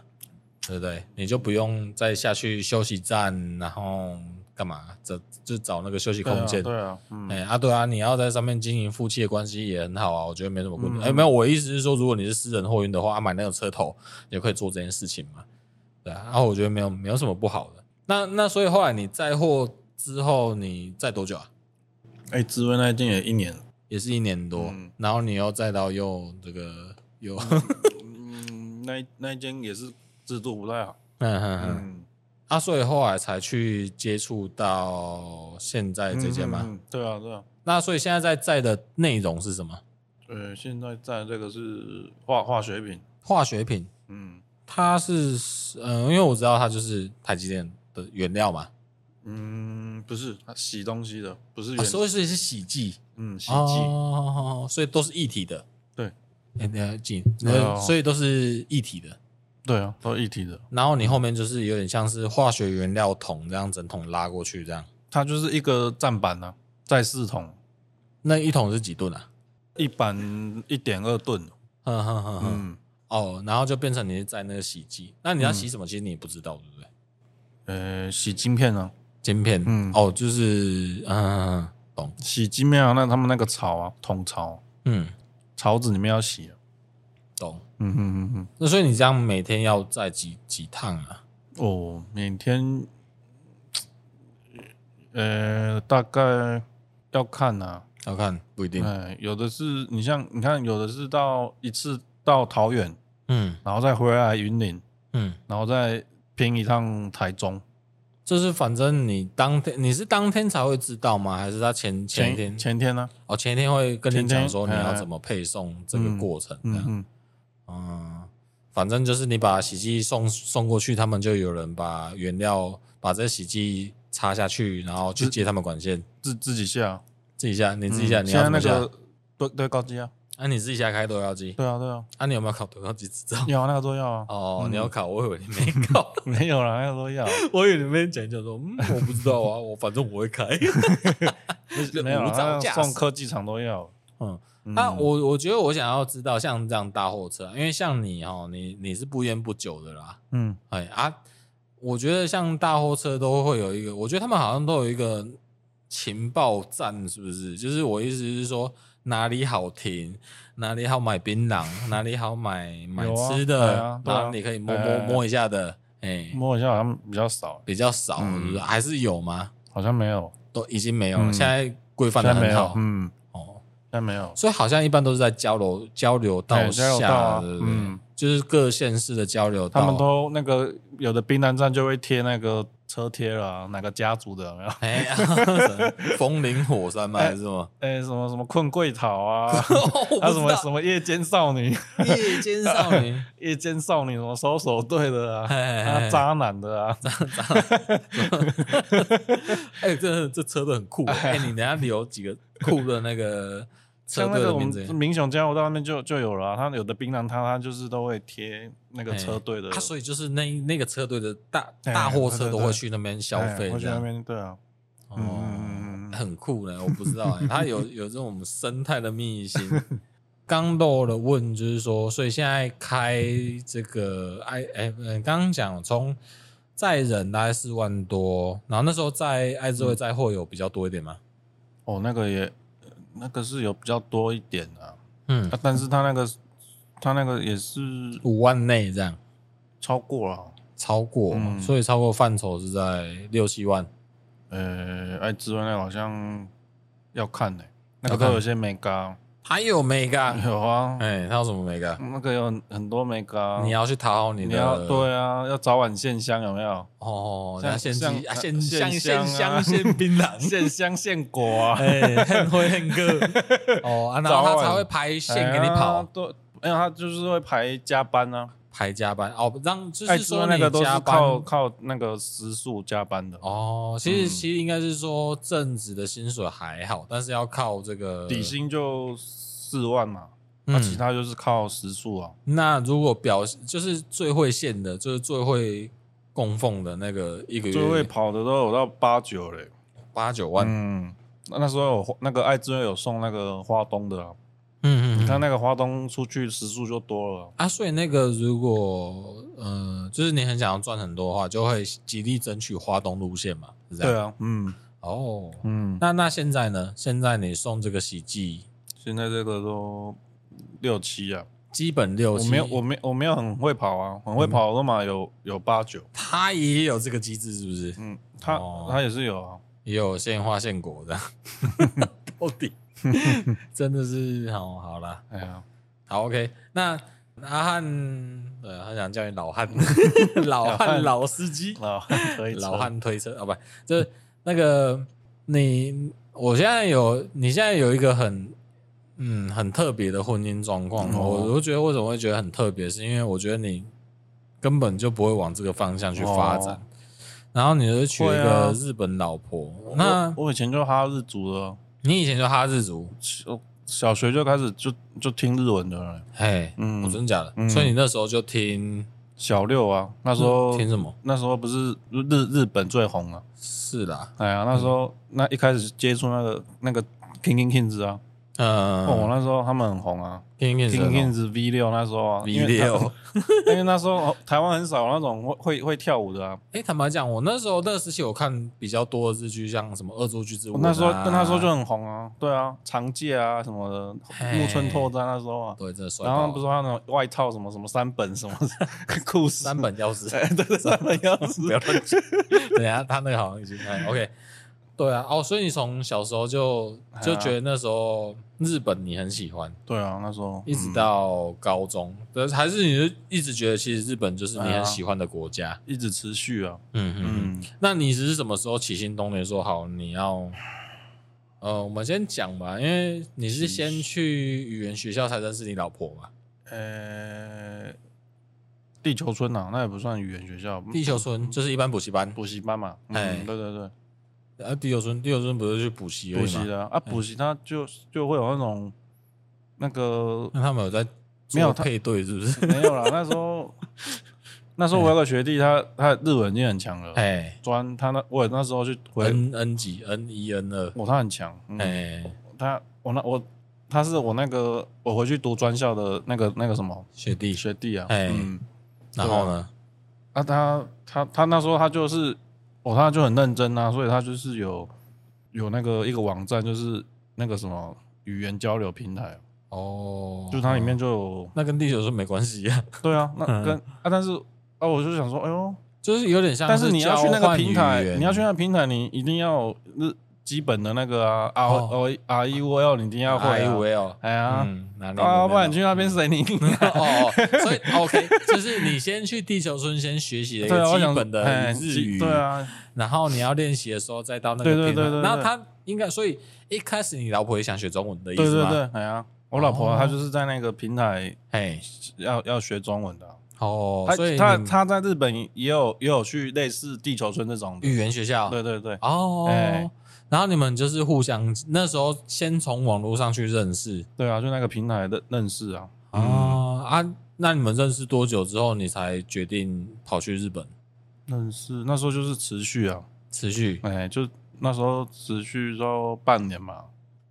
Speaker 1: 对不对？你就不用再下去休息站，然后干嘛？找就找那个休息
Speaker 2: 对啊
Speaker 1: 空间。
Speaker 2: 对啊，嗯，
Speaker 1: 哎、啊，对啊，你要在上面经营夫妻的关系也很好啊，我觉得没什么问题。
Speaker 2: 嗯
Speaker 1: 哎、没有，我的意思是说，如果你是私人货运的话，啊买那种车头也可以做这件事情嘛，对啊。然、后我觉得没有没有什么不好的。那那所以后来你载货之后，你载多久啊？
Speaker 2: 哎，紫薇那一件也一年，
Speaker 1: 也是一年多，
Speaker 2: 嗯
Speaker 1: 然后你又载到又这个又， 嗯
Speaker 2: 嗯，那一那一间也是制度不太好，
Speaker 1: 嗯嗯嗯，
Speaker 2: 嗯，
Speaker 1: 啊，所以后来才去接触到现在这件嘛。
Speaker 2: 嗯？嗯嗯对啊，对啊，
Speaker 1: 那所以现在在载的内容是什么？
Speaker 2: 呃，现在在这个是化化学品，
Speaker 1: 化学品。
Speaker 2: 嗯
Speaker 1: 它是嗯、因为我知道它就是台积电的原料嘛，
Speaker 2: 嗯，不是，它洗东西的，不是
Speaker 1: 啊、
Speaker 2: 原，
Speaker 1: 所以是是洗剂，
Speaker 2: 嗯，洗剂，
Speaker 1: 哦，所以都是一体的。
Speaker 2: 对
Speaker 1: 哎，等一下进，
Speaker 2: 哎呦
Speaker 1: 所以都是一体的。
Speaker 2: 对啊，都一体的，
Speaker 1: 然后你后面就是有点像是化学原料桶这样整桶拉过去，这样
Speaker 2: 它就是一个站板啊，在四桶，
Speaker 1: 那一桶是几吨啊？
Speaker 2: 一板一点二吨，
Speaker 1: 哼哼哼哼，
Speaker 2: 嗯，
Speaker 1: 哦，然后就变成你是在那个洗剂，那你要洗什么？其实你也不知道，对不对？
Speaker 2: 呃，洗晶片啊，
Speaker 1: 晶片，
Speaker 2: 嗯
Speaker 1: 哦，就是嗯嗯，嗯懂，
Speaker 2: 洗晶片啊，那他们那个槽啊，桶槽，
Speaker 1: 嗯，
Speaker 2: 槽子里面要洗啊，
Speaker 1: 懂。
Speaker 2: 嗯嗯嗯
Speaker 1: 那所以你这样每天要载几几趟啊？
Speaker 2: 嗯，哦，每天，呃，大概要看啊，
Speaker 1: 要看不一定。
Speaker 2: 哎，有的是你像你看，有的是到一次到桃园，
Speaker 1: 嗯
Speaker 2: 然后再回来云林，
Speaker 1: 嗯，
Speaker 2: 然后再拼一趟台中，
Speaker 1: 就是反正你当天你是当天才会知道吗？还是他前前一天
Speaker 2: 前天啊呢、
Speaker 1: 哦前一天会跟你
Speaker 2: 前
Speaker 1: 讲
Speaker 2: 天
Speaker 1: 说你
Speaker 2: 哎
Speaker 1: 要
Speaker 2: 哎
Speaker 1: 怎么配送这个过程这
Speaker 2: 嗯
Speaker 1: 样？
Speaker 2: 嗯，
Speaker 1: 嗯，反正就是你把洗剂送送过去，他们就有人把原料把这洗剂插下去，然后去接他们管线。
Speaker 2: 自自己下，
Speaker 1: 自己下，你自己下，
Speaker 2: 嗯
Speaker 1: 你要
Speaker 2: 现在
Speaker 1: 怎么
Speaker 2: 那
Speaker 1: 下？
Speaker 2: 个对对高机啊，
Speaker 1: 啊，你自己下开都要机。
Speaker 2: 对啊对啊，
Speaker 1: 啊，你有没有考都要机执照？
Speaker 2: 要啊那个都要啊，
Speaker 1: 哦，
Speaker 2: 嗯
Speaker 1: 你有考，我以为你没考。
Speaker 2: 没有啦，那个都要，
Speaker 1: 我以为你们讲一讲说，嗯，我不知道啊，我反正我会开。
Speaker 2: 没有
Speaker 1: 无
Speaker 2: 啦，
Speaker 1: 照
Speaker 2: 那
Speaker 1: 驾驶
Speaker 2: 个送科技厂都要，
Speaker 1: 嗯，
Speaker 2: 嗯
Speaker 1: 那我我觉得我想要知道像这样大货车，因为像你哦，你你是不烟不酒的啦，
Speaker 2: 嗯
Speaker 1: 哎啊，我觉得像大货车都会有一个，我觉得他们好像都有一个情报站，是不是？就是我意思是说，哪里好停，哪里好买槟榔，哪里好买买
Speaker 2: 有啊
Speaker 1: 吃
Speaker 2: 对
Speaker 1: 的，
Speaker 2: 啊对啊嗯
Speaker 1: 然后你可以摸摸
Speaker 2: 哎哎哎
Speaker 1: 摸一下的，哎，
Speaker 2: 摸一下好像比较少，
Speaker 1: 比较少，是不是还是有吗？
Speaker 2: 好像没有，
Speaker 1: 都已经没有了，
Speaker 2: 嗯
Speaker 1: 现在规范
Speaker 2: 现
Speaker 1: 的
Speaker 2: 在没
Speaker 1: 很
Speaker 2: 有
Speaker 1: 好，，
Speaker 2: 嗯，
Speaker 1: 哦。
Speaker 2: 现在没有，
Speaker 1: 所以好像一般都是在交流交流道
Speaker 2: 哎交流
Speaker 1: 下，
Speaker 2: 道啊
Speaker 1: 对不对
Speaker 2: 嗯
Speaker 1: 就是各县市的交流道，
Speaker 2: 他们都那个有的冰南站就会贴那个车贴了啊、哪个家族的有没有？
Speaker 1: 哎呀， 什么风林火山吗？还是什 么？
Speaker 2: 哎、什么什么困贵桃啊，
Speaker 1: 哦 我
Speaker 2: 还有
Speaker 1: 不知
Speaker 2: 什么什
Speaker 1: 道
Speaker 2: 么夜间少女，
Speaker 1: 夜间少 女，
Speaker 2: 夜间少女什么搜索队的啊，
Speaker 1: 哎
Speaker 2: 啊渣男的啊，
Speaker 1: 哎，这这车都很酷哦。哎，你等一下留几个酷的那 个车
Speaker 2: 像那
Speaker 1: 队
Speaker 2: 个
Speaker 1: 的
Speaker 2: 我
Speaker 1: 名
Speaker 2: 们
Speaker 1: 字。
Speaker 2: 民雄加油站那边就就有了、啊，他有的槟榔摊他就是都会贴那个
Speaker 1: 哎
Speaker 2: 车队的，
Speaker 1: 啊，所以就是那那个车队的大
Speaker 2: 哎
Speaker 1: 大货车
Speaker 2: 对对
Speaker 1: 都
Speaker 2: 对
Speaker 1: 会去那边消
Speaker 2: 哎
Speaker 1: 费
Speaker 2: 我，去
Speaker 1: 这
Speaker 2: 那
Speaker 1: 样
Speaker 2: 边对啊，嗯嗯嗯嗯
Speaker 1: 哦，很酷呢，我不知 道欸，它有有这种生态的秘辛。刚漏了问，就是说，所以现在开这个 i 哎，呃刚刚讲从载人大概四万多，然后那时候在爱智慧载货有比较多一点嘛，
Speaker 2: 哦，那个也那个是有比较多一点啊，
Speaker 1: 嗯，
Speaker 2: 啊但是他那个他那个也是
Speaker 1: 五万内这样
Speaker 2: 超过了，啊
Speaker 1: 超过嘛，
Speaker 2: 嗯
Speaker 1: 所以超过范畴是在六七万，
Speaker 2: 呃，爱之外那个好像要看呢、那个
Speaker 1: 要看
Speaker 2: 都有些美嘎，
Speaker 1: 还有 mega，
Speaker 2: 有啊，
Speaker 1: 哎，它有什么 mega？
Speaker 2: 那个有很很多美嘎，
Speaker 1: 你要去讨好你的，
Speaker 2: 你要对啊，要早晚线香有没有？
Speaker 1: 哦，
Speaker 2: 像
Speaker 1: 那现
Speaker 2: 像
Speaker 1: 鸡啊，
Speaker 2: 呃
Speaker 1: 现
Speaker 2: 现
Speaker 1: 像现
Speaker 2: 香啊
Speaker 1: 香现槟榔，
Speaker 2: 现香现果 啊，
Speaker 1: 哎，很会很哥 哦，啊然后
Speaker 2: 早
Speaker 1: 他
Speaker 2: 晚
Speaker 1: 才会排线给你
Speaker 2: 哎呀
Speaker 1: 跑，
Speaker 2: 对，没有他就是会排加班啊。
Speaker 1: 排加班哦，让就
Speaker 2: 爱
Speaker 1: 是
Speaker 2: 之
Speaker 1: 说
Speaker 2: 哎味那个
Speaker 1: 你
Speaker 2: 都
Speaker 1: 加
Speaker 2: 是靠
Speaker 1: 班
Speaker 2: 靠那个时速加班的，
Speaker 1: 哦，其实
Speaker 2: 嗯
Speaker 1: 其实应该是说正职的薪水还好，但是要靠这个
Speaker 2: 底，薪就四万嘛，那、
Speaker 1: 嗯
Speaker 2: 其他就是靠时速啊。
Speaker 1: 那如果表就是最会线的，就是最会供奉的那个一个
Speaker 2: 最会
Speaker 1: 月
Speaker 2: 跑的都有到八九嘞。
Speaker 1: 八九万，
Speaker 2: 嗯，那那时候有那个爱之味有送那个花东的啊，
Speaker 1: 嗯
Speaker 2: 你看那个花东出去时速就多了啊。
Speaker 1: 啊，所以那个如果呃，就是你很想要赚很多的话，就会极力争取花东路线嘛，是这样。
Speaker 2: 对啊，嗯
Speaker 1: 哦，
Speaker 2: 嗯，
Speaker 1: 那那现在呢？现在你送这个喜记，
Speaker 2: 现在这个都六七啊，
Speaker 1: 基本六
Speaker 2: 我
Speaker 1: 七，嗯
Speaker 2: 没有我没我没有很会跑啊，很会跑的嘛有有八九，
Speaker 1: 他也有这个机制，是不是？
Speaker 2: 嗯，他
Speaker 1: 哦
Speaker 2: 他也是有啊，
Speaker 1: 也有现花现果的， 到 底真的是好好啦，
Speaker 2: 哎呀，
Speaker 1: 好 OK。那阿汉，呃，他想叫你老汉， 老汉老司机，
Speaker 2: 老汉可以
Speaker 1: 老汉推车啊，不，就是那个你，我现在有，你现在有一个很，嗯，很特别的婚姻状况。
Speaker 2: 哦
Speaker 1: 我我觉得为什么会觉得很特别，是因为我觉得你根本就不会往这个方向去发展，
Speaker 2: 哦
Speaker 1: 然后你就娶一个
Speaker 2: 会啊
Speaker 1: 日本老婆。
Speaker 2: 我
Speaker 1: 那
Speaker 2: 我以前就哈日族的，
Speaker 1: 你以前就哈日族，
Speaker 2: 小小学就开始就就听日文的了，
Speaker 1: 嘿，
Speaker 2: 嗯
Speaker 1: 我真的假的？
Speaker 2: 嗯
Speaker 1: 所以你那时候就听
Speaker 2: 小六啊，那时候
Speaker 1: 嗯听什么？
Speaker 2: 那时候不是日日本最红啊，
Speaker 1: 是啦，
Speaker 2: 哎呀，那时候那一开始接触那个那个 King King Kings 啊，哦，
Speaker 1: 嗯
Speaker 2: 那时候他们很红啊
Speaker 1: 听听
Speaker 2: ，King
Speaker 1: 什
Speaker 2: Kings V 六那时候啊
Speaker 1: V 六。
Speaker 2: 因为那时候哦台湾很少那种会会会跳舞的啊，
Speaker 1: 哎、坦白讲，我那时候那个时期我看比较多的日剧，像什么《恶作剧之吻》啊、
Speaker 2: 哦那时候跟那时候就很红啊，对啊，长借啊什么的，
Speaker 1: 嘿
Speaker 2: 木村拓哉那时候啊，
Speaker 1: 对，真的帅
Speaker 2: 然
Speaker 1: 爆
Speaker 2: 后
Speaker 1: 了。
Speaker 2: 不是他那种外套什么什么三本 什么裤子，
Speaker 1: 三本 钥匙，
Speaker 2: 对对三本钥匙，
Speaker 1: 不要乱讲。等一下他那个好像已经哎 OK，对啊，哦，所以你从小时候就
Speaker 2: 哎
Speaker 1: 就觉得那时候日本你很喜欢，
Speaker 2: 对啊，那时候
Speaker 1: 一直
Speaker 2: 嗯
Speaker 1: 到高中，但是还是你就一直觉得其实日本就是你
Speaker 2: 哎呀
Speaker 1: 很喜欢的国家。
Speaker 2: 一直持续啊，
Speaker 1: 嗯嗯嗯。
Speaker 2: 嗯，
Speaker 1: 那你只是什么时候起心动念说好你要？呃，我们先讲吧，因为你是先去语言学校才认识你老婆嘛。
Speaker 2: 呃，地球村啊，那也不算语言学校，
Speaker 1: 地球
Speaker 2: 嗯
Speaker 1: 村就是一般补习班，
Speaker 2: 补习班嘛，
Speaker 1: 哎
Speaker 2: 嗯，对对对，
Speaker 1: 啊，地球村，地球村不是去补习而已
Speaker 2: 补
Speaker 1: 吗
Speaker 2: 习，的啊啊，补习它就就会有那种那个
Speaker 1: 那他们有在
Speaker 2: 没有
Speaker 1: 做
Speaker 2: 他
Speaker 1: 配对是不 是？
Speaker 2: 没有啦，那时候那时候我有个学弟，他他日文已经很强了，
Speaker 1: 哎
Speaker 2: 专他那我那时候去回，
Speaker 1: ，N N 几 N 一 N 二，
Speaker 2: 我他很强，嗯，
Speaker 1: 哎，
Speaker 2: 他我那我他是我那个我回去读专校的那个那个什么
Speaker 1: 学弟，
Speaker 2: 学弟啊，
Speaker 1: 哎
Speaker 2: 嗯，
Speaker 1: 然后呢？
Speaker 2: 啊他他他那时候他就是哦他就很认真啊，所以他就是有有那个一个网站就是那个什么语言交流平台，啊
Speaker 1: 哦，
Speaker 2: 就它里面
Speaker 1: 嗯
Speaker 2: 就有
Speaker 1: 那跟地球村没关系啊，
Speaker 2: 对啊，那
Speaker 1: 嗯
Speaker 2: 跟啊但是啊我就想说，哎呦。
Speaker 1: 就是有点像，
Speaker 2: 但是你要去那个平台，你要去那
Speaker 1: 那
Speaker 2: 个平台，你一定要有日基本的那个啊，R
Speaker 1: 哦
Speaker 2: O R E U L 你一定要会、
Speaker 1: I
Speaker 2: 啊。
Speaker 1: will，
Speaker 2: 哎呀，
Speaker 1: 嗯，哪里？
Speaker 2: 啊，不然你去那边谁理你？
Speaker 1: 哦，所以 OK，就是你先去地球村先学习了一
Speaker 2: 对
Speaker 1: 个
Speaker 2: 啊，我想
Speaker 1: 基本的
Speaker 2: 哎
Speaker 1: 日
Speaker 2: 基
Speaker 1: 语，
Speaker 2: 对，啊，
Speaker 1: 然后你要练习的时候再到那个
Speaker 2: 对对
Speaker 1: 地方
Speaker 2: 对对对
Speaker 1: 然后他应该，所以一开始你老婆也想学中文的意
Speaker 2: 对
Speaker 1: 思
Speaker 2: 对
Speaker 1: 吗？
Speaker 2: 对，哎呀，我老婆
Speaker 1: 哦
Speaker 2: 她就是在那个平台
Speaker 1: 哎，
Speaker 2: 要要学中文的啊，
Speaker 1: 哦，
Speaker 2: 她
Speaker 1: 所以
Speaker 2: 她
Speaker 1: 你
Speaker 2: 她在日本也有也有去类似地球村这种的，
Speaker 1: 语言学校，
Speaker 2: 对对对，
Speaker 1: 哦
Speaker 2: 哎。
Speaker 1: 然后你们就是互相那时候先从网络上去认识
Speaker 2: 对啊，就那个平台的认识啊，嗯，
Speaker 1: 啊啊！那你们认识多久之后，你才决定跑去日本
Speaker 2: 认识那时候就是持续啊，
Speaker 1: 持续？
Speaker 2: 哎，就那时候持续到半年嘛，
Speaker 1: 嗯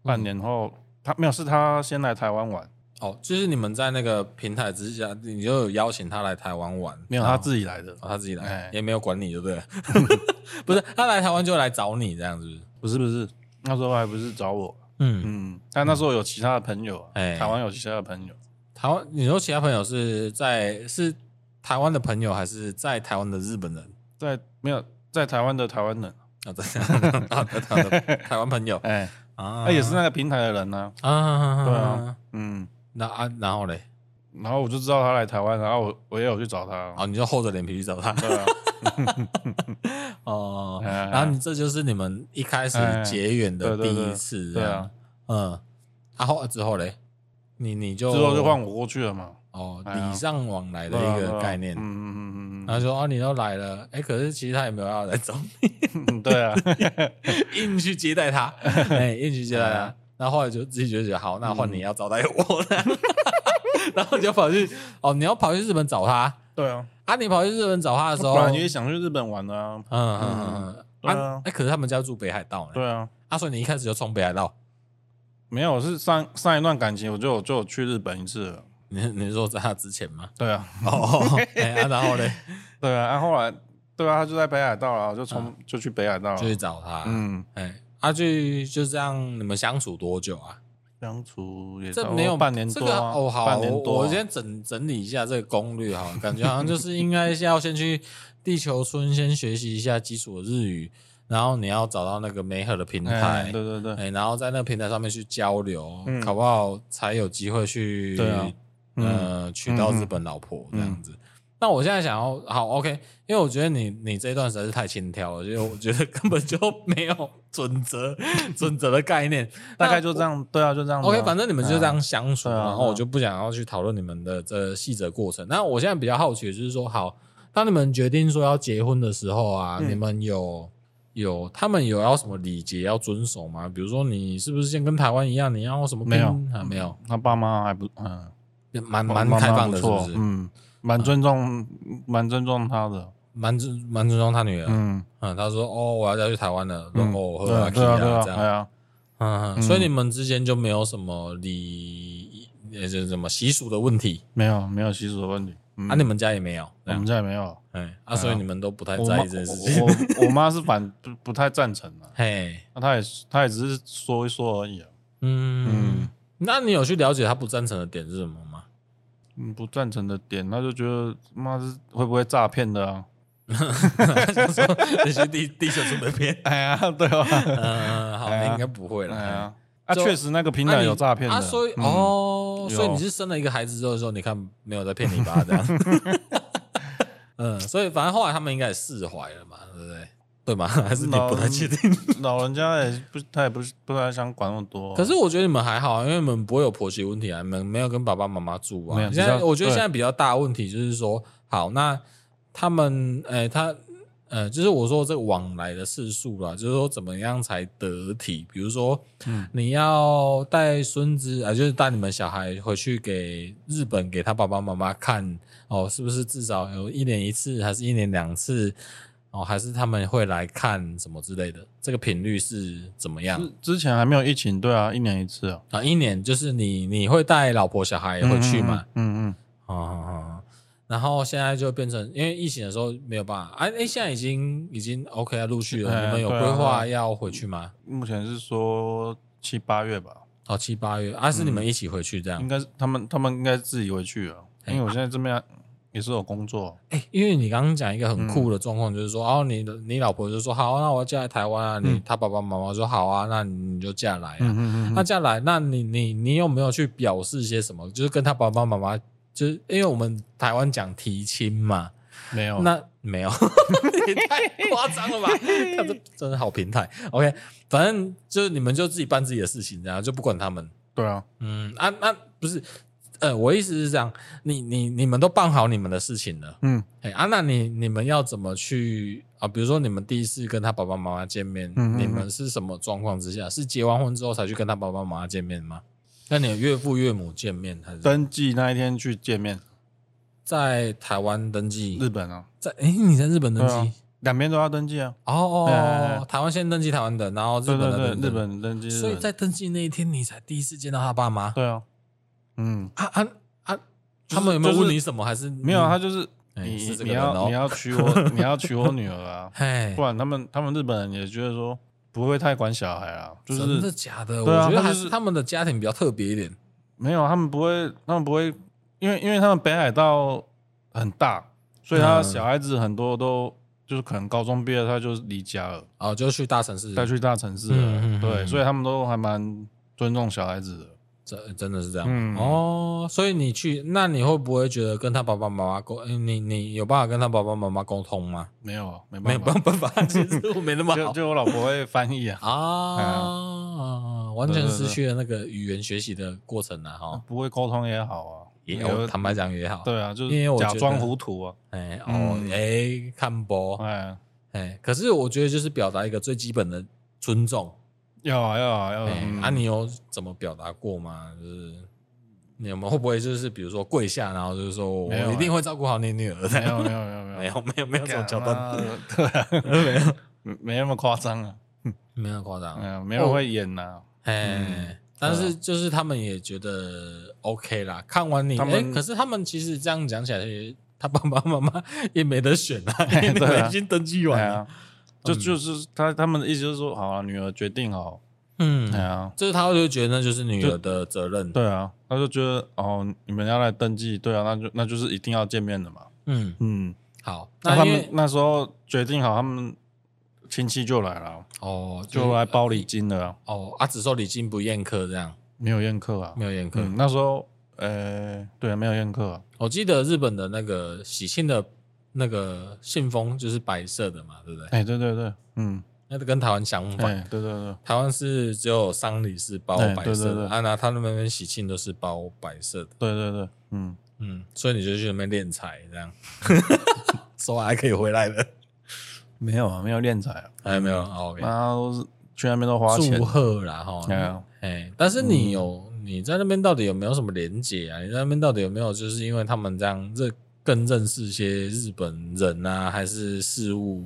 Speaker 2: 半年后她没有是她先来台湾玩，
Speaker 1: 哦，就是你们在那个平台之下，你就有邀请他来台湾玩，
Speaker 2: 没有
Speaker 1: 然后
Speaker 2: 她自己来的，
Speaker 1: 哦他自己来，
Speaker 2: 哎
Speaker 1: 也没有管你，对不对？不是，他来台湾就来找你这样子。
Speaker 2: 不是不是，那时候还不是找我，
Speaker 1: 嗯，
Speaker 2: 嗯，但那时候有其他的朋友啊，
Speaker 1: 哎
Speaker 2: 台湾有其他的朋友，
Speaker 1: 台湾，你说其他朋友是在是台湾的朋友，还是在台湾的日本人？
Speaker 2: 在没有在台湾的台湾人，
Speaker 1: 啊，对，啊在台湾的台湾朋友
Speaker 2: 哎。
Speaker 1: 啊，
Speaker 2: 他也是那个平台的人呢、
Speaker 1: 啊，
Speaker 2: 对啊，嗯，
Speaker 1: 那啊，然后嘞，
Speaker 2: 然后我就知道他来台湾，然后我我也有去找他，
Speaker 1: 啊，你就厚着脸皮去找他
Speaker 2: 对啊，
Speaker 1: 哦。
Speaker 2: 哎
Speaker 1: 然后你这就是你们一开始
Speaker 2: 哎
Speaker 1: 结缘的
Speaker 2: 对对
Speaker 1: 第一
Speaker 2: 对
Speaker 1: 次，
Speaker 2: 对啊，，
Speaker 1: 嗯，然后之后嘞，你你 就
Speaker 2: 之后就换我过去了嘛，
Speaker 1: 哦，
Speaker 2: 哎呀
Speaker 1: 礼尚往来的
Speaker 2: 对啊
Speaker 1: 一
Speaker 2: 对
Speaker 1: 个
Speaker 2: 啊
Speaker 1: 概念，
Speaker 2: 嗯嗯嗯
Speaker 1: 然后说啊，你都来了，哎、可是其实他也没有要来找你，
Speaker 2: 嗯嗯，对啊，
Speaker 1: 硬去接待 他，哎、硬去接待他。然后后来就自己就觉得好，那
Speaker 2: 嗯
Speaker 1: 换你要招待我了， 然后你就跑去哦，你要跑去日本找他
Speaker 2: 对啊，
Speaker 1: 啊，你跑去日本找他的时候，
Speaker 2: 本来也
Speaker 1: 嗯
Speaker 2: 想去日本玩的啊，
Speaker 1: 嗯嗯
Speaker 2: 对
Speaker 1: 嗯，
Speaker 2: 啊
Speaker 1: 啊，哎、可是他们家住北海道呢，
Speaker 2: 对啊，
Speaker 1: 啊，所以你一开始就冲北海道，
Speaker 2: 没有，是上上一段感情我就有就有去日本一次了，
Speaker 1: 你 你是说在他之前 吗？
Speaker 2: 对啊，
Speaker 1: 哦， 哎、啊，然后嘞
Speaker 2: 对啊，然、后后来对啊，他就在北海道啊，我就从、就去北海道
Speaker 1: 就
Speaker 2: 了，
Speaker 1: 去找他，嗯，
Speaker 2: 哦嗯，
Speaker 1: 哎、啊，就就这样，你们相处多久啊？
Speaker 2: 相处也差
Speaker 1: 这
Speaker 2: 不多
Speaker 1: 没有
Speaker 2: 半年多、
Speaker 1: 这个
Speaker 2: 啊
Speaker 1: 哦，好，
Speaker 2: 半年多啊、
Speaker 1: 我我先整整理一下这个攻略哈，感觉好像就是应该是要先去地球村先学习一下基础的日语，然后你要找到那个美好的平
Speaker 2: 哎，
Speaker 1: 台，
Speaker 2: 对对对，
Speaker 1: 哎，然后在那个平台上面去交流，
Speaker 2: 嗯
Speaker 1: 搞不好才有机会去
Speaker 2: 对啊
Speaker 1: 呃娶到
Speaker 2: 嗯
Speaker 1: 日本老婆这样子。那我现在想要好 OK，因为我觉得你你这一段实在是太轻佻了，就我觉得根本就没有准则准则的概念，
Speaker 2: 大概
Speaker 1: 那
Speaker 2: 就这样，对啊，就这样子啊。
Speaker 1: OK，反正你们就这样相处，
Speaker 2: 嗯对啊
Speaker 1: 然后我就不想要去讨论你们的这细则过程。那我现在比较好奇，就是说，好，当你们决定说要结婚的时候啊，
Speaker 2: 嗯
Speaker 1: 你们有有他们有要什么礼节要遵守吗？比如说，你是不是先跟台湾一样，你要什么
Speaker 2: 没有
Speaker 1: 兵啊？没有，
Speaker 2: 他爸妈还不嗯，
Speaker 1: 蛮
Speaker 2: 我
Speaker 1: 蛮
Speaker 2: 妈妈
Speaker 1: 开放的，
Speaker 2: 不
Speaker 1: 是不
Speaker 2: 错
Speaker 1: 是？
Speaker 2: 嗯，蛮尊重，蛮尊重他的。
Speaker 1: 蛮尊蛮尊重他女儿。
Speaker 2: 嗯，
Speaker 1: 嗯，他说哦，我要再去台湾了，然
Speaker 2: 嗯
Speaker 1: 后我
Speaker 2: 对啊，
Speaker 1: 喝
Speaker 2: 对啊，对
Speaker 1: 啊
Speaker 2: 啊，
Speaker 1: 这
Speaker 2: 对
Speaker 1: 样。
Speaker 2: 啊，
Speaker 1: 嗯，嗯
Speaker 2: 嗯
Speaker 1: 所以你们之间就没有什么礼，呃，就是什么习俗的问题
Speaker 2: 没有没有习俗的问题。嗯
Speaker 1: 啊？你们家也没有，这
Speaker 2: 我
Speaker 1: 样
Speaker 2: 们家也没有。
Speaker 1: 哎，啊，所以你们都不太
Speaker 2: 嗯我
Speaker 1: 在
Speaker 2: 妈
Speaker 1: 意这件事情。
Speaker 2: 我我我妈是反不不太赞成的，
Speaker 1: 嘿，
Speaker 2: 那她也是她也只是说一说而已啊。
Speaker 1: 嗯
Speaker 2: 嗯，
Speaker 1: 那你有去了解他不赞成的点是什么吗？
Speaker 2: 嗯，不赞成的点，那就觉得妈是会不会诈骗的 啊？
Speaker 1: 想说那些地地球村被骗。
Speaker 2: 哎呀，对啊，
Speaker 1: 嗯，好，
Speaker 2: 哎呀
Speaker 1: 那应该不会了。
Speaker 2: 哎
Speaker 1: 哎
Speaker 2: 呀，啊，
Speaker 1: 就
Speaker 2: 确实那个平
Speaker 1: 那
Speaker 2: 台
Speaker 1: 你
Speaker 2: 有诈骗
Speaker 1: 啊，
Speaker 2: 的。
Speaker 1: 所以
Speaker 2: 嗯，
Speaker 1: 哦，所以
Speaker 2: 有
Speaker 1: 你是生了一个孩子之后说，你看没有在骗你吧？这 样。嗯，所以反正后来他们应该也释怀了嘛，对不对？对吗？还是你不
Speaker 2: 嗯
Speaker 1: 太确定？
Speaker 2: 老人家也不他也不是不太想管那么多啊。
Speaker 1: 可是我觉得你们还好啊，因为你们不会有婆媳问题啊，你们没有跟爸爸妈妈住啊
Speaker 2: 没。有
Speaker 1: 现在
Speaker 2: 比较
Speaker 1: 我觉得现在比较大的问题就是说，好，那他们，呃、他，呃，就是我说这个往来的次数啦，就是说怎么样才得体？比如说，
Speaker 2: 嗯
Speaker 1: 你要带孙子啊、就是带你们小孩回去给日本给他爸爸妈妈看哦，是不是至少有一年一次，还是一年两次？哦，还是他们会来看什么之类的？这个频率是怎么样？
Speaker 2: 之之前还没有疫情，对啊，一年一次啊，
Speaker 1: 啊，一年就是你你会带老婆小孩回去嘛？
Speaker 2: 嗯？嗯嗯哦
Speaker 1: 啊、然后现在就变成因为疫情的时候没有办法，哎、哎，现在已经已经 OK 啊，陆续了。
Speaker 2: 哎
Speaker 1: 你们有
Speaker 2: 对啊
Speaker 1: 规划
Speaker 2: 对
Speaker 1: 要回去吗？
Speaker 2: 嗯，目前是说七八月吧，
Speaker 1: 哦，七
Speaker 2: 嗯
Speaker 1: 八月，啊，是你们一起回去这样
Speaker 2: 应？该是他们他们应该自己回去啊，因为我现在这边也是有工作，
Speaker 1: 哎、因为你刚刚讲一
Speaker 2: 嗯
Speaker 1: 个很酷的状况，就是说，哦，你的你老婆就说好、那我要嫁来台湾啊，你、
Speaker 2: 嗯
Speaker 1: 他爸爸妈妈说好啊，那你就嫁来啊。
Speaker 2: 嗯嗯嗯
Speaker 1: 那嫁来，那你你你有没有去表示些什么？就是跟他爸爸妈妈，就是因为我们台湾讲提亲嘛，
Speaker 2: 没有，
Speaker 1: 啊那没 有，也太夸张了吧？他这真的好平台。OK，反正就是你们就自己办自己的事情，然后就不管他们。
Speaker 2: 对啊，
Speaker 1: 嗯啊，那不是，呃，我意思是这样，你你你们都办好你们的事情了，
Speaker 2: 嗯
Speaker 1: 哎、啊，那你你们要怎么去啊？比如说你们第一次跟他爸爸妈妈见面，
Speaker 2: 嗯嗯嗯
Speaker 1: 你们是什么状况之下？是结完婚之后才去跟他爸爸妈妈见面吗？那你的岳父岳母见面还是
Speaker 2: 登记那一天去见面，
Speaker 1: 在台湾登记？
Speaker 2: 日本啊，
Speaker 1: 在哎、你在日本登记？
Speaker 2: 对啊两边都要登记啊，
Speaker 1: 哦哦
Speaker 2: 哎哎
Speaker 1: 哦，台湾先登记台湾的，然后日
Speaker 2: 对
Speaker 1: 本的
Speaker 2: 对对，
Speaker 1: 登记
Speaker 2: 日本登记，日
Speaker 1: 所以
Speaker 2: 本
Speaker 1: 在登记那一天，你才第一次见到他爸妈。
Speaker 2: 对啊，嗯，
Speaker 1: 啊啊啊！
Speaker 2: 就是
Speaker 1: 他们有没有
Speaker 2: 就是
Speaker 1: 问你什么？还是
Speaker 2: 没有啊，他就是
Speaker 1: 哎
Speaker 2: 你
Speaker 1: 是这个
Speaker 2: 你
Speaker 1: 人哦
Speaker 2: 要你要娶我你要娶我女儿 啊，
Speaker 1: 哎
Speaker 2: 不，然他们他们日本人也觉得说不会太管小孩啊，就
Speaker 1: 真的
Speaker 2: 是
Speaker 1: 假的？我
Speaker 2: 对啊
Speaker 1: 觉得
Speaker 2: 他
Speaker 1: 还
Speaker 2: 就是
Speaker 1: 是他们的家庭比较特别一点。
Speaker 2: 没有，他们不会，他们不会，因为因为他们北海道很大，所以他
Speaker 1: 嗯
Speaker 2: 小孩子很多都就是可能高中毕业他就离家了，
Speaker 1: 哦，就去大城市，
Speaker 2: 带去大城市了，
Speaker 1: 嗯嗯嗯
Speaker 2: 对，
Speaker 1: 嗯
Speaker 2: 所以他们都还蛮尊重小孩子的。
Speaker 1: 真真的是这样、
Speaker 2: 嗯
Speaker 1: 哦。所以你去，那你会不会觉得跟他爸爸妈妈沟，呃你你有办法跟他爸爸妈妈沟通吗？
Speaker 2: 没有，啊，没
Speaker 1: 没
Speaker 2: 办
Speaker 1: 有
Speaker 2: 法，
Speaker 1: 办法，其实我没那么
Speaker 2: 就
Speaker 1: 好
Speaker 2: 就我老婆会翻译啊，
Speaker 1: 啊，完全失去了那个语言学习的过程了哈。
Speaker 2: 不会沟通也好啊，
Speaker 1: 也
Speaker 2: 有
Speaker 1: 有，坦白讲也好，
Speaker 2: 对啊，就
Speaker 1: 因为
Speaker 2: 是
Speaker 1: 我觉
Speaker 2: 假
Speaker 1: 得
Speaker 2: 装糊涂啊，
Speaker 1: 哎哦
Speaker 2: 嗯
Speaker 1: 哎，看播
Speaker 2: 哎，
Speaker 1: 哎，可是我觉得就是表达一个最基本的尊重。
Speaker 2: 要啊要啊要啊
Speaker 1: 哎，
Speaker 2: 嗯
Speaker 1: 啊，你有怎么表达过吗？就是你有没有会不会就是比如说跪下，然后就是说我
Speaker 2: 没有
Speaker 1: 一
Speaker 2: 哎
Speaker 1: 定会照顾好你女儿
Speaker 2: 没
Speaker 1: 的？
Speaker 2: 有没有没有
Speaker 1: 没有没有没
Speaker 2: 没有
Speaker 1: 有这种桥段，
Speaker 2: 干嘛，对啊，没有没那么夸张啊，
Speaker 1: 没有夸张。
Speaker 2: 嗯，没有人会演呐，嗯
Speaker 1: 哎，但是
Speaker 2: 啊
Speaker 1: 就是他们也觉得 OK 啦。看完你，
Speaker 2: 他们
Speaker 1: 哎，可是他们其实这样讲起来也，他爸爸妈妈也没得选啊，因
Speaker 2: 哎
Speaker 1: 为你
Speaker 2: 对
Speaker 1: 们
Speaker 2: 啊
Speaker 1: 已经登记
Speaker 2: 对
Speaker 1: 完
Speaker 2: 啊
Speaker 1: 了。，
Speaker 2: 就
Speaker 1: 嗯
Speaker 2: 就是他他们的意思就是说，好啊，女儿决定好，对
Speaker 1: 嗯，
Speaker 2: 啊，
Speaker 1: 就是他就觉得那就是女儿的责任。
Speaker 2: 对啊，他就觉得哦，你们要来登记，对啊，那就那就是一定要见面的嘛，
Speaker 1: 嗯，
Speaker 2: 嗯，
Speaker 1: 好，
Speaker 2: 那他
Speaker 1: 那因
Speaker 2: 们
Speaker 1: 为
Speaker 2: 那时候决定好，他们亲戚就来了，
Speaker 1: 哦，
Speaker 2: 就来包礼金了啊，
Speaker 1: 哦，啊，只收礼金不宴客这样，
Speaker 2: 没有宴客啊，
Speaker 1: 没有宴客。
Speaker 2: 嗯，那时候呃，对啊，没有宴客啊，
Speaker 1: 我记得日本的那个喜庆的那个信封就是白色的嘛，对不对？
Speaker 2: 哎，对对对，嗯，
Speaker 1: 那跟台湾相反，
Speaker 2: 哎，对对对，
Speaker 1: 台湾是只有丧礼是包
Speaker 2: 哎
Speaker 1: 白色的，
Speaker 2: 对对对
Speaker 1: 啊，那他那边喜庆都是包白色的，
Speaker 2: 对对对，嗯，
Speaker 1: 嗯，所以你就去那边练财，这 样，说完还可以回来的，
Speaker 2: 没有啊，没有练财啊，
Speaker 1: 哎，没有哦，OK，
Speaker 2: 那都是去那边都花钱
Speaker 1: 祝，贺啦哈，
Speaker 2: 哎嗯呀
Speaker 1: 哎，但是你有、你在那边到底有没有什么连结啊？你在那边到底有没有就是因为他们这样认更认识一些日本人啊，还是事物？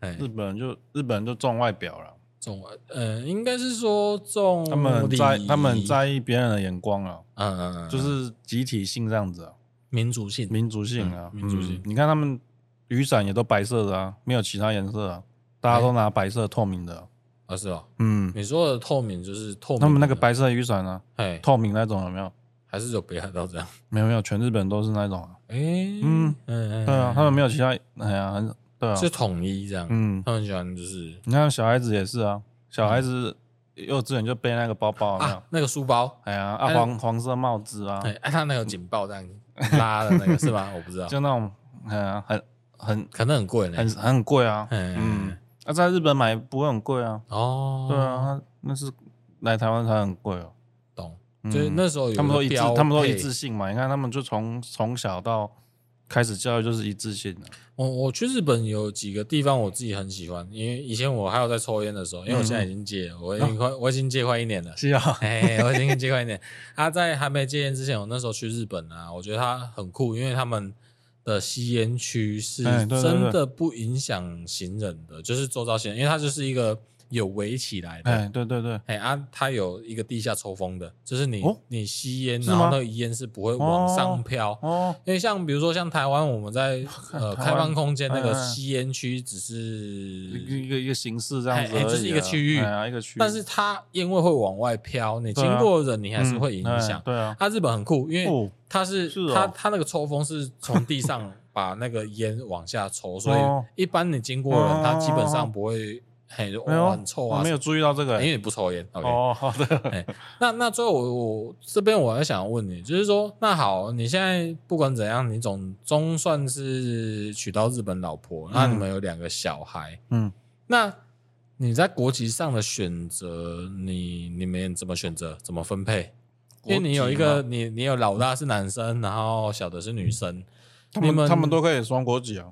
Speaker 1: 哎，
Speaker 2: 日本人就日本人就重外表了，
Speaker 1: 重呃，应该是说重
Speaker 2: 他们很在
Speaker 1: 礼
Speaker 2: 他们很在意别人的眼光啊，
Speaker 1: 嗯嗯，嗯
Speaker 2: 就是集体性这样子啊，
Speaker 1: 民族性
Speaker 2: 民族性啊，
Speaker 1: 嗯民族性
Speaker 2: 嗯你看他们雨伞也都白色的啊，没有其他颜色啊，大家都拿白色透明的啊，
Speaker 1: 啊，是哦。
Speaker 2: 嗯，
Speaker 1: 你说的透明就是透明的，
Speaker 2: 他们那个白色雨伞啊，
Speaker 1: 哎，
Speaker 2: 透明那种有没有？
Speaker 1: 还是有北海道这样。
Speaker 2: 没有没有，全日本都是那种啊，
Speaker 1: 哎，嗯
Speaker 2: 嗯
Speaker 1: 嗯，
Speaker 2: 对啊，他们没有其他，哎呀，很对啊，
Speaker 1: 是统一这样，
Speaker 2: 嗯，
Speaker 1: 他们喜欢就是
Speaker 2: 你看小孩子也是啊，小孩子幼稚园就背那个包包有没有
Speaker 1: 啊？那个书包，
Speaker 2: 哎呀，啊
Speaker 1: 哎
Speaker 2: 黄黄色帽子啊，
Speaker 1: 哎，哎他那个警报这样拉的那个是 吗？我不知道，
Speaker 2: 就那种，哎呀，很很
Speaker 1: 可能很贵呢。
Speaker 2: 很很贵啊，
Speaker 1: 嗯
Speaker 2: 嗯，那在日本买不会很贵啊，
Speaker 1: 哦，
Speaker 2: 对啊，那那是来台湾才很贵哦，
Speaker 1: 懂，
Speaker 2: 嗯
Speaker 1: 就是那时候有
Speaker 2: 他们都
Speaker 1: 个
Speaker 2: 一致，
Speaker 1: 标
Speaker 2: 他们都一
Speaker 1: 配
Speaker 2: 致性嘛，你看他们就从从小到开始教育就是一致性的，
Speaker 1: 我我去日本有几个地方我自己很喜欢，因为以前我还有在抽烟的时候，因为我现在已经戒了，我已
Speaker 2: 啊。
Speaker 1: 经快、我已经戒快一年了
Speaker 2: 是啊，
Speaker 1: 哎，我已经戒快一年。他在还没戒烟之前，我那时候去日本啊，我觉得他很酷，因为他们的吸烟区是
Speaker 2: 哎对对对
Speaker 1: 真的不影响行人的，就是周遭行人，因为它就是一个有围起来的。
Speaker 2: 哎，对对对，
Speaker 1: 哎啊，它有一个地下抽风的，就是你、
Speaker 2: 哦
Speaker 1: 你吸烟，
Speaker 2: 是
Speaker 1: 然后
Speaker 2: 吗
Speaker 1: 那个烟是不会往上飘。
Speaker 2: 哦，
Speaker 1: 因为像比如说像台湾，我们 在呃
Speaker 2: 台
Speaker 1: 开
Speaker 2: 湾
Speaker 1: 放空间那个
Speaker 2: 嗯嗯
Speaker 1: 吸烟区只是
Speaker 2: 一个一个一个形式这样子而
Speaker 1: 哎
Speaker 2: 已
Speaker 1: 哎
Speaker 2: 啊，
Speaker 1: 就是一个区域
Speaker 2: 哎呀一个区域，
Speaker 1: 但是它烟味会往外飘，你经
Speaker 2: 对啊
Speaker 1: 过的人你还是
Speaker 2: 嗯
Speaker 1: 会影
Speaker 2: 哎
Speaker 1: 响。
Speaker 2: 对啊，
Speaker 1: 它日本很酷，因为
Speaker 2: 哦
Speaker 1: 它是
Speaker 2: 是哦
Speaker 1: 它它那个抽风是从地 上把那个烟往下抽，所
Speaker 2: 哦
Speaker 1: 以一般你经过的人，他基本上
Speaker 2: 哦
Speaker 1: 不会很
Speaker 2: 没有
Speaker 1: 很臭啊
Speaker 2: 我没，有注意到这个
Speaker 1: 因
Speaker 2: 哎
Speaker 1: 为你不抽烟。OK，
Speaker 2: 哦，好的，
Speaker 1: 哎，那那最后我我这边我还想问你，就是说，那好，你现在不管怎样，你总总算是娶到日本老婆，那
Speaker 2: 嗯
Speaker 1: 你们有两个小孩，
Speaker 2: 嗯，
Speaker 1: 那你在国籍上的选择，你你们怎么选择，怎么分配？因为你有一个，你你有老大是男生，然后小的是女生，
Speaker 2: 他
Speaker 1: 你们
Speaker 2: 们他们都可以双国籍啊，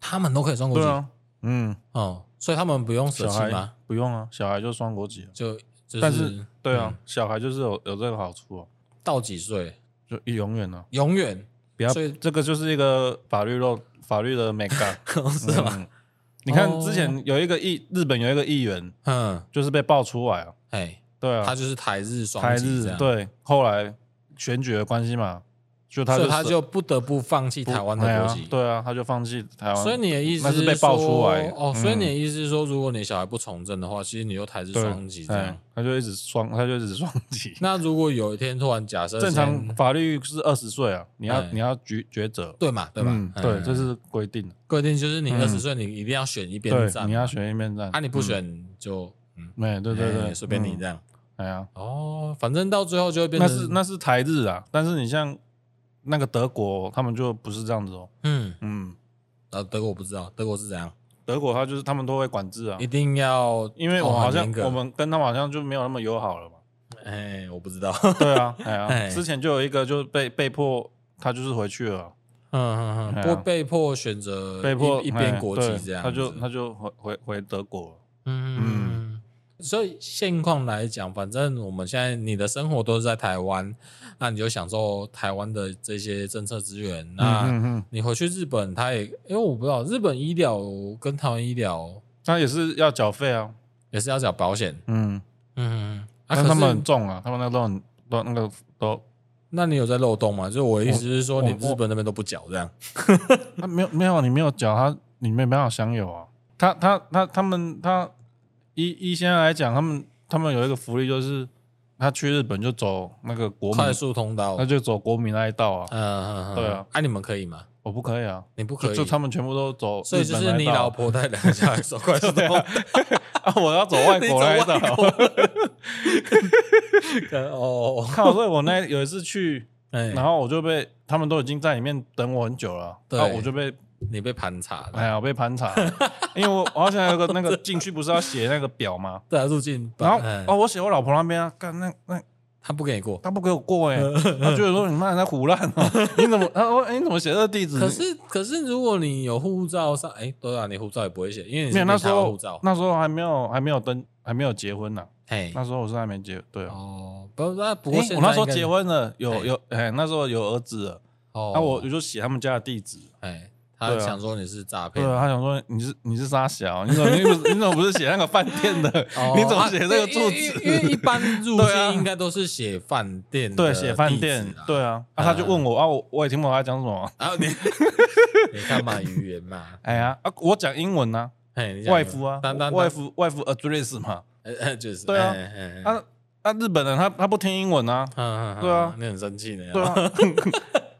Speaker 1: 他们都可以双国
Speaker 2: 对
Speaker 1: 籍，
Speaker 2: 啊，嗯，
Speaker 1: 哦，所以他们不用嗯舍
Speaker 2: 小
Speaker 1: 弃
Speaker 2: 孩
Speaker 1: 吗？
Speaker 2: 不用啊，小孩就双国籍啊，
Speaker 1: 就就
Speaker 2: 但
Speaker 1: 是
Speaker 2: 是对啊，小孩就是有有这个好处啊，
Speaker 1: 到几岁，
Speaker 2: 就永远啊，
Speaker 1: 永远
Speaker 2: 不要
Speaker 1: 所以
Speaker 2: 这个就是一个法律漏法律的美感，
Speaker 1: 是吧？
Speaker 2: 嗯？你看
Speaker 1: 哦
Speaker 2: 之前有一个议日本有一个议员
Speaker 1: 嗯，
Speaker 2: 就是被爆出来啊，
Speaker 1: 哎，
Speaker 2: 对啊，
Speaker 1: 他就是台日双
Speaker 2: 台
Speaker 1: 击
Speaker 2: 日
Speaker 1: 这样，，
Speaker 2: 对，后来选举的关系嘛，就他
Speaker 1: 所
Speaker 2: 就
Speaker 1: 以他
Speaker 2: 舍
Speaker 1: 就不得不放弃
Speaker 2: 不
Speaker 1: 台湾的国
Speaker 2: 哎呀
Speaker 1: 籍。
Speaker 2: 对啊，他就放弃台湾，
Speaker 1: 所以你的意思
Speaker 2: 那是被爆
Speaker 1: 说
Speaker 2: 出来
Speaker 1: 哦，所以
Speaker 2: 嗯
Speaker 1: 你的意思是说，如果你小孩不从政的话，其实你就台日
Speaker 2: 对
Speaker 1: 双击这
Speaker 2: 哎
Speaker 1: 样。
Speaker 2: 他就一直双， 他就一直双击。
Speaker 1: 那如果有一天突然假设
Speaker 2: 正
Speaker 1: 先
Speaker 2: 常法律是二十岁啊，你要
Speaker 1: 哎
Speaker 2: 你要抉抉择，
Speaker 1: 对嘛，对吧？
Speaker 2: 嗯
Speaker 1: 嗯
Speaker 2: 对，这是规定的，
Speaker 1: 规定，就是你
Speaker 2: 嗯
Speaker 1: 二十岁，你一定要选一边
Speaker 2: 对，
Speaker 1: 站，
Speaker 2: 你要选一面站
Speaker 1: 啊，你不
Speaker 2: 嗯
Speaker 1: 选就嗯，
Speaker 2: 哎，对对
Speaker 1: 哎
Speaker 2: 对，
Speaker 1: 随便你
Speaker 2: 嗯
Speaker 1: 这，样。
Speaker 2: 哎呀，
Speaker 1: 哦，反正到最后就会变
Speaker 2: 那
Speaker 1: 成
Speaker 2: 是那是台日啊，但是你像那个德国，他们就不是这样子哦。
Speaker 1: 嗯，
Speaker 2: 嗯，
Speaker 1: 呃，德国我不知道，德国是怎样，
Speaker 2: 德国他就是他们都会管制啊
Speaker 1: 一，定要
Speaker 2: 因为我们
Speaker 1: 哦
Speaker 2: 好
Speaker 1: 很
Speaker 2: 像
Speaker 1: 严格
Speaker 2: 我们跟他们好像就没有那么友好 了嘛。
Speaker 1: 哎，我不知 道，
Speaker 2: 对啊，哎呀，
Speaker 1: 哎
Speaker 2: 之前就有一个就被被迫他就是回去了，
Speaker 1: 嗯嗯嗯，
Speaker 2: 哎
Speaker 1: 不
Speaker 2: 呀
Speaker 1: 被迫选择
Speaker 2: 被迫
Speaker 1: 一一边
Speaker 2: 哎
Speaker 1: 国
Speaker 2: 对
Speaker 1: 籍这样子，
Speaker 2: 他就他就回回回德国了。
Speaker 1: 嗯，所以现况来讲，反正我们现在你的生活都是在台湾，那你就享受台湾的这些政策资源。那
Speaker 2: 嗯嗯，
Speaker 1: 你回去日本，他也因为我不知道日本医疗跟台湾医疗
Speaker 2: 他也是要缴费啊。也
Speaker 1: 也是要缴保险，
Speaker 2: 嗯，
Speaker 1: 嗯，啊，
Speaker 2: 但
Speaker 1: 可
Speaker 2: 他们
Speaker 1: 是
Speaker 2: 很重啊，他们那都很都那个都，
Speaker 1: 那你有在漏洞吗？就是我的意思是说，
Speaker 2: 我
Speaker 1: 你
Speaker 2: 我
Speaker 1: 日本那边都不缴这样，
Speaker 2: 他啊没有没有你没有缴，他你没办法享有啊。他他他他们他一一现在来讲，他们他们有一个福利就是，他去日本就走那个国
Speaker 1: 快
Speaker 2: 民，
Speaker 1: 速通道，
Speaker 2: 他
Speaker 1: 嗯
Speaker 2: 就走国民那一道啊。
Speaker 1: 嗯，嗯
Speaker 2: 对啊，
Speaker 1: 啊，你们可以吗？
Speaker 2: 我不可以啊，
Speaker 1: 你不
Speaker 2: 就
Speaker 1: 可
Speaker 2: 就
Speaker 1: 以，
Speaker 2: 他们全部都走，
Speaker 1: 所以就是你老。婆带两个小孩走快速通道。
Speaker 2: 啊， 我要走外
Speaker 1: 你
Speaker 2: 国
Speaker 1: 走
Speaker 2: 来
Speaker 1: 外
Speaker 2: 的。
Speaker 1: 哦，
Speaker 2: 靠！所以我那有一次去，
Speaker 1: 哎，
Speaker 2: 然后我就被他们都已经在里面等我很久了，
Speaker 1: 对
Speaker 2: 啊我就被
Speaker 1: 你被盘查了
Speaker 2: 哎。呀我被盘查了， 因为我我好像有个那 个进去不是要写那个表吗？
Speaker 1: 对啊，入境
Speaker 2: 然
Speaker 1: 版，
Speaker 2: 后
Speaker 1: 嗯
Speaker 2: 哦，我写我老婆那边啊，干那那
Speaker 1: 他不给你过。
Speaker 2: 他不给我 过哎，他觉得说你妈在胡乱哦，你怎么他说哎你怎么写这个地址？
Speaker 1: 可是可是，如果你有护照上，哎，对啊，你护照也不会写，因为你
Speaker 2: 没
Speaker 1: 是
Speaker 2: 有那
Speaker 1: 拿
Speaker 2: 时
Speaker 1: 台湾
Speaker 2: 候
Speaker 1: 护照。
Speaker 2: 那时候还没有还没有登还没有结婚呢，
Speaker 1: 嘿，
Speaker 2: 那时候我是还没结哎对啊。
Speaker 1: 哦，不那不
Speaker 2: 不
Speaker 1: 过
Speaker 2: 我那时候结
Speaker 1: 结，
Speaker 2: 婚了，
Speaker 1: 哎
Speaker 2: 有有哎，那时候有儿子了，
Speaker 1: 哦，
Speaker 2: 那我我就写他们家的地址。
Speaker 1: 哎，他
Speaker 2: 对啊
Speaker 1: 想说你是诈
Speaker 2: 对
Speaker 1: 骗。
Speaker 2: 啊，他想说你是你是傻小，啊你怎么你不是你怎么不是写那个饭店的？
Speaker 1: 哦
Speaker 2: 你怎么写这个住
Speaker 1: 啊因为因为因为
Speaker 2: 址？
Speaker 1: 一般 入
Speaker 2: 对啊
Speaker 1: 境应该都是写饭店嗯的
Speaker 2: 对，写饭
Speaker 1: 地址
Speaker 2: 店
Speaker 1: 啦。
Speaker 2: 对啊，啊他就问我啊，我我也听不懂他讲什么。
Speaker 1: 然 后你你看嘛，语言嘛，
Speaker 2: 哎呀啊，我讲英文啊，
Speaker 1: 哎，你讲
Speaker 2: 外服啊
Speaker 1: 当当，
Speaker 2: 外
Speaker 1: 当，
Speaker 2: 服外服 address 嘛。
Speaker 1: 呃呃 就是
Speaker 2: 对啊
Speaker 1: 哎哎哎
Speaker 2: 啊啊，日本人他他不听英文啊，
Speaker 1: 嗯嗯嗯
Speaker 2: 对啊
Speaker 1: 你很生气呢，哦
Speaker 2: 对啊，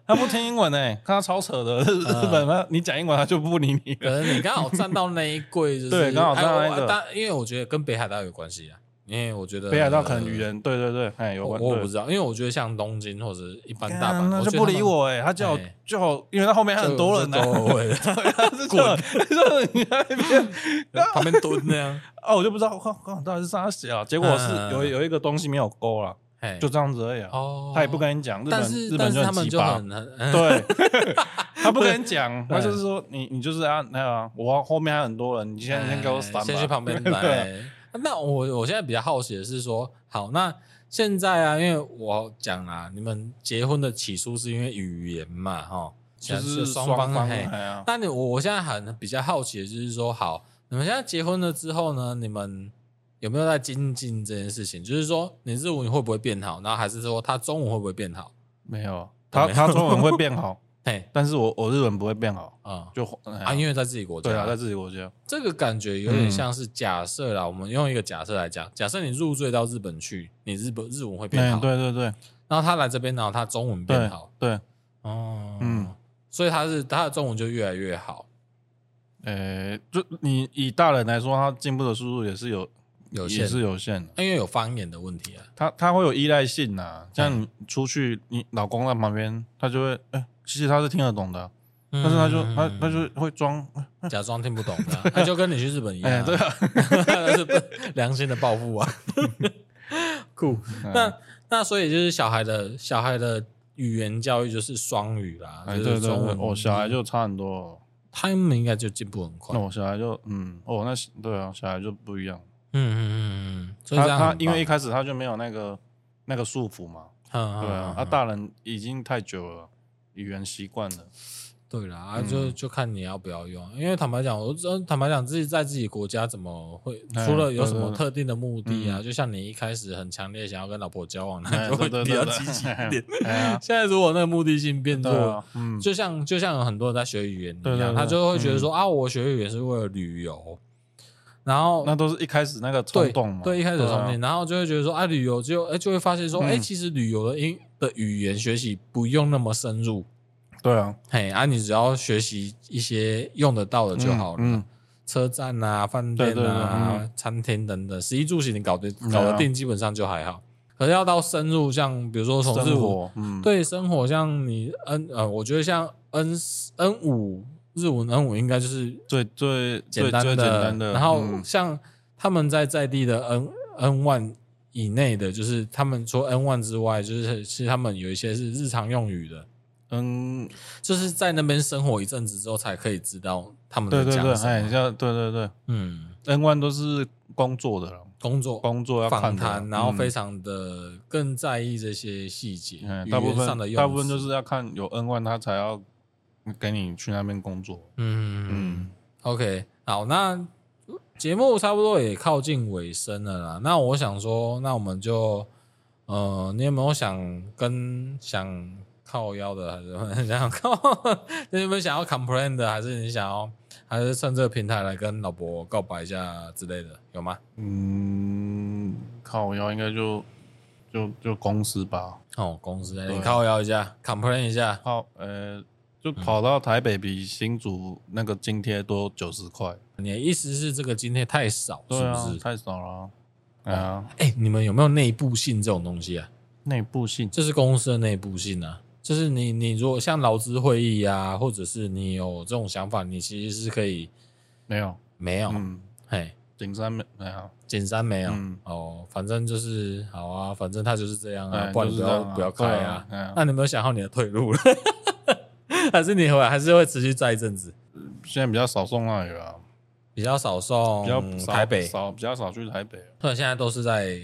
Speaker 2: 他不听英文哎，看他超扯的。
Speaker 1: 嗯
Speaker 2: 日日本他你讲英文他就不理你
Speaker 1: 可
Speaker 2: 了。
Speaker 1: 能你刚好站到那一柜，就是
Speaker 2: 对刚好站到那一
Speaker 1: 哎
Speaker 2: 个
Speaker 1: 我但因为我觉得跟北海道有关系啊，因为我觉得
Speaker 2: 北海道可能语言，对对对，哎有
Speaker 1: 我
Speaker 2: 关。
Speaker 1: 我
Speaker 2: 对
Speaker 1: 不知道，因为我觉得像东京或者一般
Speaker 2: 干啊
Speaker 1: 大阪，
Speaker 2: 那
Speaker 1: 我觉
Speaker 2: 就
Speaker 1: 得
Speaker 2: 不
Speaker 1: 他们
Speaker 2: 理我哎、他叫我
Speaker 1: 哎
Speaker 2: 叫我，因为他后面还
Speaker 1: 就，
Speaker 2: 有很多人啊呢、
Speaker 1: 就就我 也
Speaker 2: 他是叫我叫我你在那边
Speaker 1: 旁边蹲那样，
Speaker 2: 哦，我就不知道，我靠，我靠到底是啥写啊？结果是
Speaker 1: 嗯
Speaker 2: 有有一个东西没有勾了，
Speaker 1: 哎
Speaker 2: 就这样子而已啊。
Speaker 1: 哦，
Speaker 2: 他也不，跟你讲，日本
Speaker 1: 但是
Speaker 2: 日
Speaker 1: 但
Speaker 2: 本
Speaker 1: 是他
Speaker 2: 很
Speaker 1: 们
Speaker 2: 鸡
Speaker 1: 就
Speaker 2: 巴，
Speaker 1: 很很 嗯
Speaker 2: 对，他不跟你讲，
Speaker 1: 对
Speaker 2: 他就是说你你就是啊那个啊，我后面还有很多人，你先先给我闪吧，
Speaker 1: 哎先去旁 边
Speaker 2: 对
Speaker 1: 来
Speaker 2: 啊。
Speaker 1: 那我我现在比较好奇的是说，好，那现在啊，因为我讲啦，你们结婚的起诉是因为语言嘛，哈，
Speaker 2: 就是
Speaker 1: 双
Speaker 2: 方
Speaker 1: 方嘿
Speaker 2: 哎 呀，
Speaker 1: 那你我我现在很比较好奇的就是说，好，你们现在结婚了之后呢，你们有没有在精进这件事情，就是说你日文会不会变好，然后还是说他中文会不会变好？
Speaker 2: 没
Speaker 1: 哦
Speaker 2: 有，他他中文会变好，
Speaker 1: 嘿，
Speaker 2: 但是我我日文不会变好，
Speaker 1: 啊、
Speaker 2: 就哎
Speaker 1: 啊，因为在自己国家，
Speaker 2: 对啊，在嗯自己国家，
Speaker 1: 这个感觉有点像是假设啦。我们用一个假设来讲，假设你入赘到日本去，你日本日文会变
Speaker 2: 哎
Speaker 1: 好，
Speaker 2: 对对对
Speaker 1: 然后他来这边，然后他中文变
Speaker 2: 对
Speaker 1: 好，
Speaker 2: 对，
Speaker 1: 哦，嗯
Speaker 2: 嗯，
Speaker 1: 所以他是他的中文就越来越好，
Speaker 2: 呃，就你以大人来说，他进步的速度也是有
Speaker 1: 有
Speaker 2: 也
Speaker 1: 限，
Speaker 2: 是有限的，
Speaker 1: 因为有方言的问题啊。
Speaker 2: 他他会有依赖性呐，
Speaker 1: 嗯
Speaker 2: 像你出去，你老公在旁边，他就会，哎，其实他是听得懂的，
Speaker 1: 嗯
Speaker 2: 但是他就他他就会装，
Speaker 1: 就假装听不懂的啊，他就跟你去日本一样
Speaker 2: 哎，
Speaker 1: 啊，
Speaker 2: 对啊，
Speaker 1: 那是良心的报复啊。酷，那那所以就是小孩的小孩的语言教育就是双语啦，
Speaker 2: 哎，
Speaker 1: 就
Speaker 2: 对对
Speaker 1: 是中
Speaker 2: 对，
Speaker 1: 文。
Speaker 2: 哦，小孩就差很多哦，
Speaker 1: 他们应该就进步很快
Speaker 2: 那。我小孩就嗯，哦，那对啊，小孩就不一样。
Speaker 1: 嗯嗯嗯嗯，所以
Speaker 2: 他
Speaker 1: 这样很
Speaker 2: 他
Speaker 1: 棒
Speaker 2: 因为一开始他就没有那个那个束缚嘛，
Speaker 1: 嗯
Speaker 2: 对啊，他
Speaker 1: 嗯嗯
Speaker 2: 大人已经太久了，语言习惯 了，
Speaker 1: 对啦，啊就就看你要不要用。因为坦白讲，我真的坦白讲，自己在自己国家怎么会
Speaker 2: 哎
Speaker 1: 除了有什
Speaker 2: 对对
Speaker 1: 么
Speaker 2: 对
Speaker 1: 特定的目的啊？就像你一开始很强烈想要跟老婆交往，那
Speaker 2: 哎
Speaker 1: 就会
Speaker 2: 对对
Speaker 1: 比
Speaker 2: 对
Speaker 1: 较
Speaker 2: 对
Speaker 1: 积极一点。
Speaker 2: 哎呀，
Speaker 1: 现在如果那个目的性变
Speaker 2: 对
Speaker 1: 弱
Speaker 2: 啊，，嗯，
Speaker 1: 就像就像有很多人在学语言一样，
Speaker 2: 对对嗯对
Speaker 1: 他就会觉得说、啊，我学语言是为了旅游，然后
Speaker 2: 那都是一开始那个
Speaker 1: 对
Speaker 2: 冲动嘛，
Speaker 1: 对一开始的
Speaker 2: 啊
Speaker 1: 冲动，然后就会觉得说啊，旅游就哎就会发现说，
Speaker 2: 嗯
Speaker 1: 哎、其实旅游的英的语言学习不用那么深入，
Speaker 2: 对啊，
Speaker 1: 嘿啊，你只要学习一些用得到的就好了。
Speaker 2: 嗯，
Speaker 1: 车站啊、饭店啊、
Speaker 2: 对对嗯对
Speaker 1: 餐厅等等，食衣住行你搞得
Speaker 2: 嗯
Speaker 1: 搞得定，基本上就还好。可是要到深入，像比如说从日
Speaker 2: 生
Speaker 1: 文
Speaker 2: 活，嗯，
Speaker 1: 对生活，像你 N 呃，我觉得像 N N 五日文 N 五应该就是
Speaker 2: 最最
Speaker 1: 简
Speaker 2: 最最
Speaker 1: 单的，
Speaker 2: 简单的，
Speaker 1: 然后
Speaker 2: 嗯
Speaker 1: 像他们在在地的 N N one 以内的，就是他们除 N one 之外，就是是他们有一些是日常用语的，
Speaker 2: 嗯，
Speaker 1: 就是在那边生活一阵子之后才可以知道他们
Speaker 2: 对
Speaker 1: 在
Speaker 2: 对
Speaker 1: 讲
Speaker 2: 对，
Speaker 1: 什么。
Speaker 2: 哎，像对对对
Speaker 1: 嗯，
Speaker 2: ，N one 都是工作的了，
Speaker 1: 工作
Speaker 2: 工哦作要
Speaker 1: 访
Speaker 2: 看的
Speaker 1: 谈，然后
Speaker 2: 嗯
Speaker 1: 非常的更在意这些细节，
Speaker 2: 嗯，
Speaker 1: 语
Speaker 2: 大部
Speaker 1: 言上的
Speaker 2: 分
Speaker 1: 用
Speaker 2: 大部分
Speaker 1: 词
Speaker 2: 就是要看有 N one 他才要给你去那边工作。
Speaker 1: 嗯嗯
Speaker 2: 嗯
Speaker 1: ，OK，好，那节目差不多也靠近尾声了啦。那我想说，那我们就呃，你有没有想跟想靠腰的，还是 想靠？你有没有想要 complain 的，还是你想要，还是趁这个平台来跟老婆告白一下之类的，有吗？
Speaker 2: 嗯，靠腰应该就就就公司吧，
Speaker 1: 哦，公司，
Speaker 2: 对啊
Speaker 1: 你靠腰一下，complain 一下，
Speaker 2: 靠呃，就跑到台北比新竹那个津贴多九十块，
Speaker 1: 你的意思是这个津贴太少，
Speaker 2: 对
Speaker 1: 是
Speaker 2: 啊，
Speaker 1: 不是？哦
Speaker 2: 太少了啊，哎呀，
Speaker 1: 哎、你们有没有内部信这种东西啊？
Speaker 2: 内部性
Speaker 1: 这是公司的内部性啊，就是你你如果像劳资会议啊，或者是你有这种想法，你其实是可以
Speaker 2: 没有，
Speaker 1: 没有，
Speaker 2: 嗯，
Speaker 1: 嘿，
Speaker 2: 顶山没没有，
Speaker 1: 简三没有、
Speaker 2: 嗯
Speaker 1: 哦，反正就是好啊，反正他就是这样啊，
Speaker 2: 哎
Speaker 1: 不然你
Speaker 2: 就
Speaker 1: 不
Speaker 2: 是
Speaker 1: 要、
Speaker 2: 这样啊
Speaker 1: 不要开啊。
Speaker 2: 对啊哎呀
Speaker 1: 那你有没有想好你的退路了？ 还是你回来还是会持续在一阵子？
Speaker 2: 现在比较少送那里了啊，
Speaker 1: 比较少送
Speaker 2: 比较少
Speaker 1: 嗯台北，
Speaker 2: 少比较少去台北了，
Speaker 1: 对，现在都是在，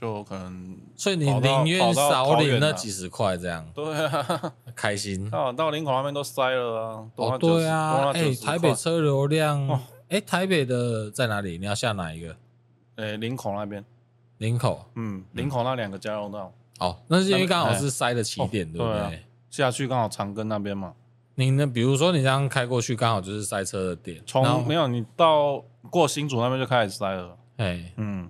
Speaker 2: 就可能
Speaker 1: 所以你
Speaker 2: 跑到
Speaker 1: 宁愿
Speaker 2: 跑到
Speaker 1: 少
Speaker 2: 桃
Speaker 1: 领
Speaker 2: 园
Speaker 1: 那
Speaker 2: 啊
Speaker 1: 几十块这样，
Speaker 2: 对啊，
Speaker 1: 开心。
Speaker 2: 到到林口那边都塞了啊，多
Speaker 1: 哦，
Speaker 2: 花90
Speaker 1: 对啊，
Speaker 2: 多花
Speaker 1: 哎、
Speaker 2: 90
Speaker 1: 台北
Speaker 2: 块
Speaker 1: 车流量，哎、
Speaker 2: 哦
Speaker 1: 台北的在哪里？你要下哪一个？
Speaker 2: 呃林口那边，
Speaker 1: 林口。
Speaker 2: 嗯，林口那两个加油站。
Speaker 1: 哦，那是因为
Speaker 2: 那
Speaker 1: 刚好
Speaker 2: 哎
Speaker 1: 是塞的起点，对不对？
Speaker 2: 对啊下去刚好长庚那边嘛，
Speaker 1: 你那比如说你这样开过去，刚好就是塞车的点。然后
Speaker 2: 从没有你到过新竹那边就开始塞了。
Speaker 1: 哎，
Speaker 2: 嗯，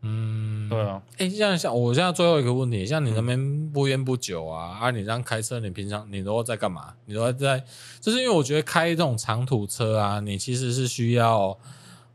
Speaker 1: 嗯，
Speaker 2: 对。啊，
Speaker 1: 哎、像像我现在最后一个问题，像你那边不烟不酒啊，啊，你这样开车，你平常你都在干嘛？你都在，就是因为我觉得开这种长途车啊，你其实是需要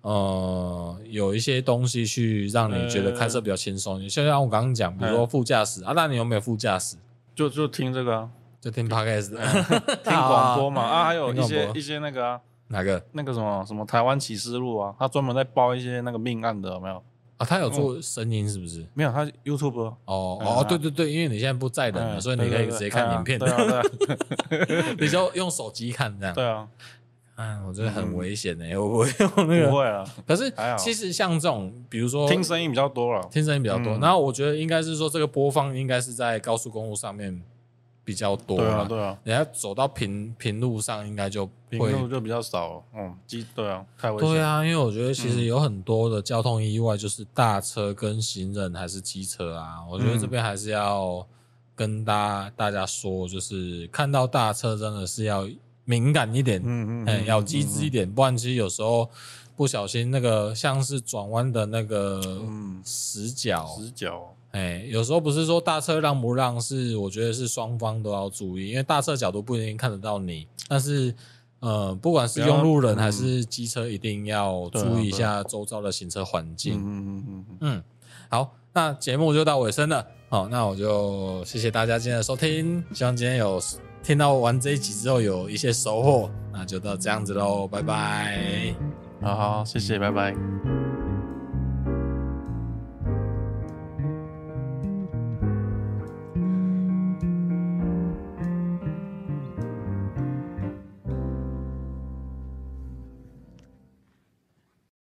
Speaker 1: 呃有一些东西去让你觉得开
Speaker 2: 嗯
Speaker 1: 车比较轻松。就像我刚刚讲，比如说副驾驶啊，那你有没有副驾驶？
Speaker 2: 就就听这个、啊，
Speaker 1: 就听 podcast，
Speaker 2: 听广播嘛，啊，还有
Speaker 1: 啊听
Speaker 2: 一
Speaker 1: 广播
Speaker 2: 些一些那个啊，
Speaker 1: 哪个
Speaker 2: 那个什么什么台湾启示录啊，他专门在报一些那个命案的，有没有？
Speaker 1: 啊？他有做声音是不是？
Speaker 2: 没有，他 YouTube 啊
Speaker 1: 哦
Speaker 2: 嗯
Speaker 1: 哦，
Speaker 2: 啊
Speaker 1: 对对对，因为你现在不在人了，
Speaker 2: 嗯
Speaker 1: 所以你可以直接看影片，
Speaker 2: 对对 对对啊，
Speaker 1: 你就用手机看这样。
Speaker 2: 对啊，
Speaker 1: 嗯，我觉得很危险呢，我不会用那
Speaker 2: 对啊
Speaker 1: 个
Speaker 2: 不。会啊，
Speaker 1: 可是
Speaker 2: 还好
Speaker 1: 其实像这种，比如说
Speaker 2: 听声音比较多了。啊
Speaker 1: 听声音比较多，
Speaker 2: 嗯
Speaker 1: 然后我觉得应该是说这个播放应该是在高速公路上面比较多
Speaker 2: 对啊
Speaker 1: 了。
Speaker 2: 对啊，
Speaker 1: 人家走到平平路上，应该就
Speaker 2: 平
Speaker 1: 会
Speaker 2: 路就比较少了，嗯，机对啊，太危险，
Speaker 1: 对，啊，因为我觉得其
Speaker 2: 嗯
Speaker 1: 实有很多的交通意外，就是大车跟行人还是机车
Speaker 2: 嗯
Speaker 1: 啊。我觉得这边还是要跟大家大家说，就是看到大车真的是要敏感一点，
Speaker 2: 嗯嗯
Speaker 1: 哎，
Speaker 2: 嗯，
Speaker 1: 要机智一点，不然其实有时候不小心那个像是转弯的那个
Speaker 2: 嗯
Speaker 1: 死角，
Speaker 2: 死角，
Speaker 1: 哎，有时候不是说大车让不让，是我觉得是双方都要注意，因为大车角度不一定看得到你，但是呃，不管是
Speaker 2: 不要
Speaker 1: 用路人还
Speaker 2: 嗯
Speaker 1: 是机车，一定要
Speaker 2: 对啊
Speaker 1: 注意一
Speaker 2: 对
Speaker 1: 下周遭的行车环
Speaker 2: 嗯
Speaker 1: 境。
Speaker 2: 嗯嗯嗯，
Speaker 1: 嗯，好，那节目就到尾声了，好，那我就谢谢大家今天的收听，希望今天有听到完这一集之后有一些收获，那就到这样子喽，拜拜。
Speaker 2: 嗯好好，谢谢，拜拜。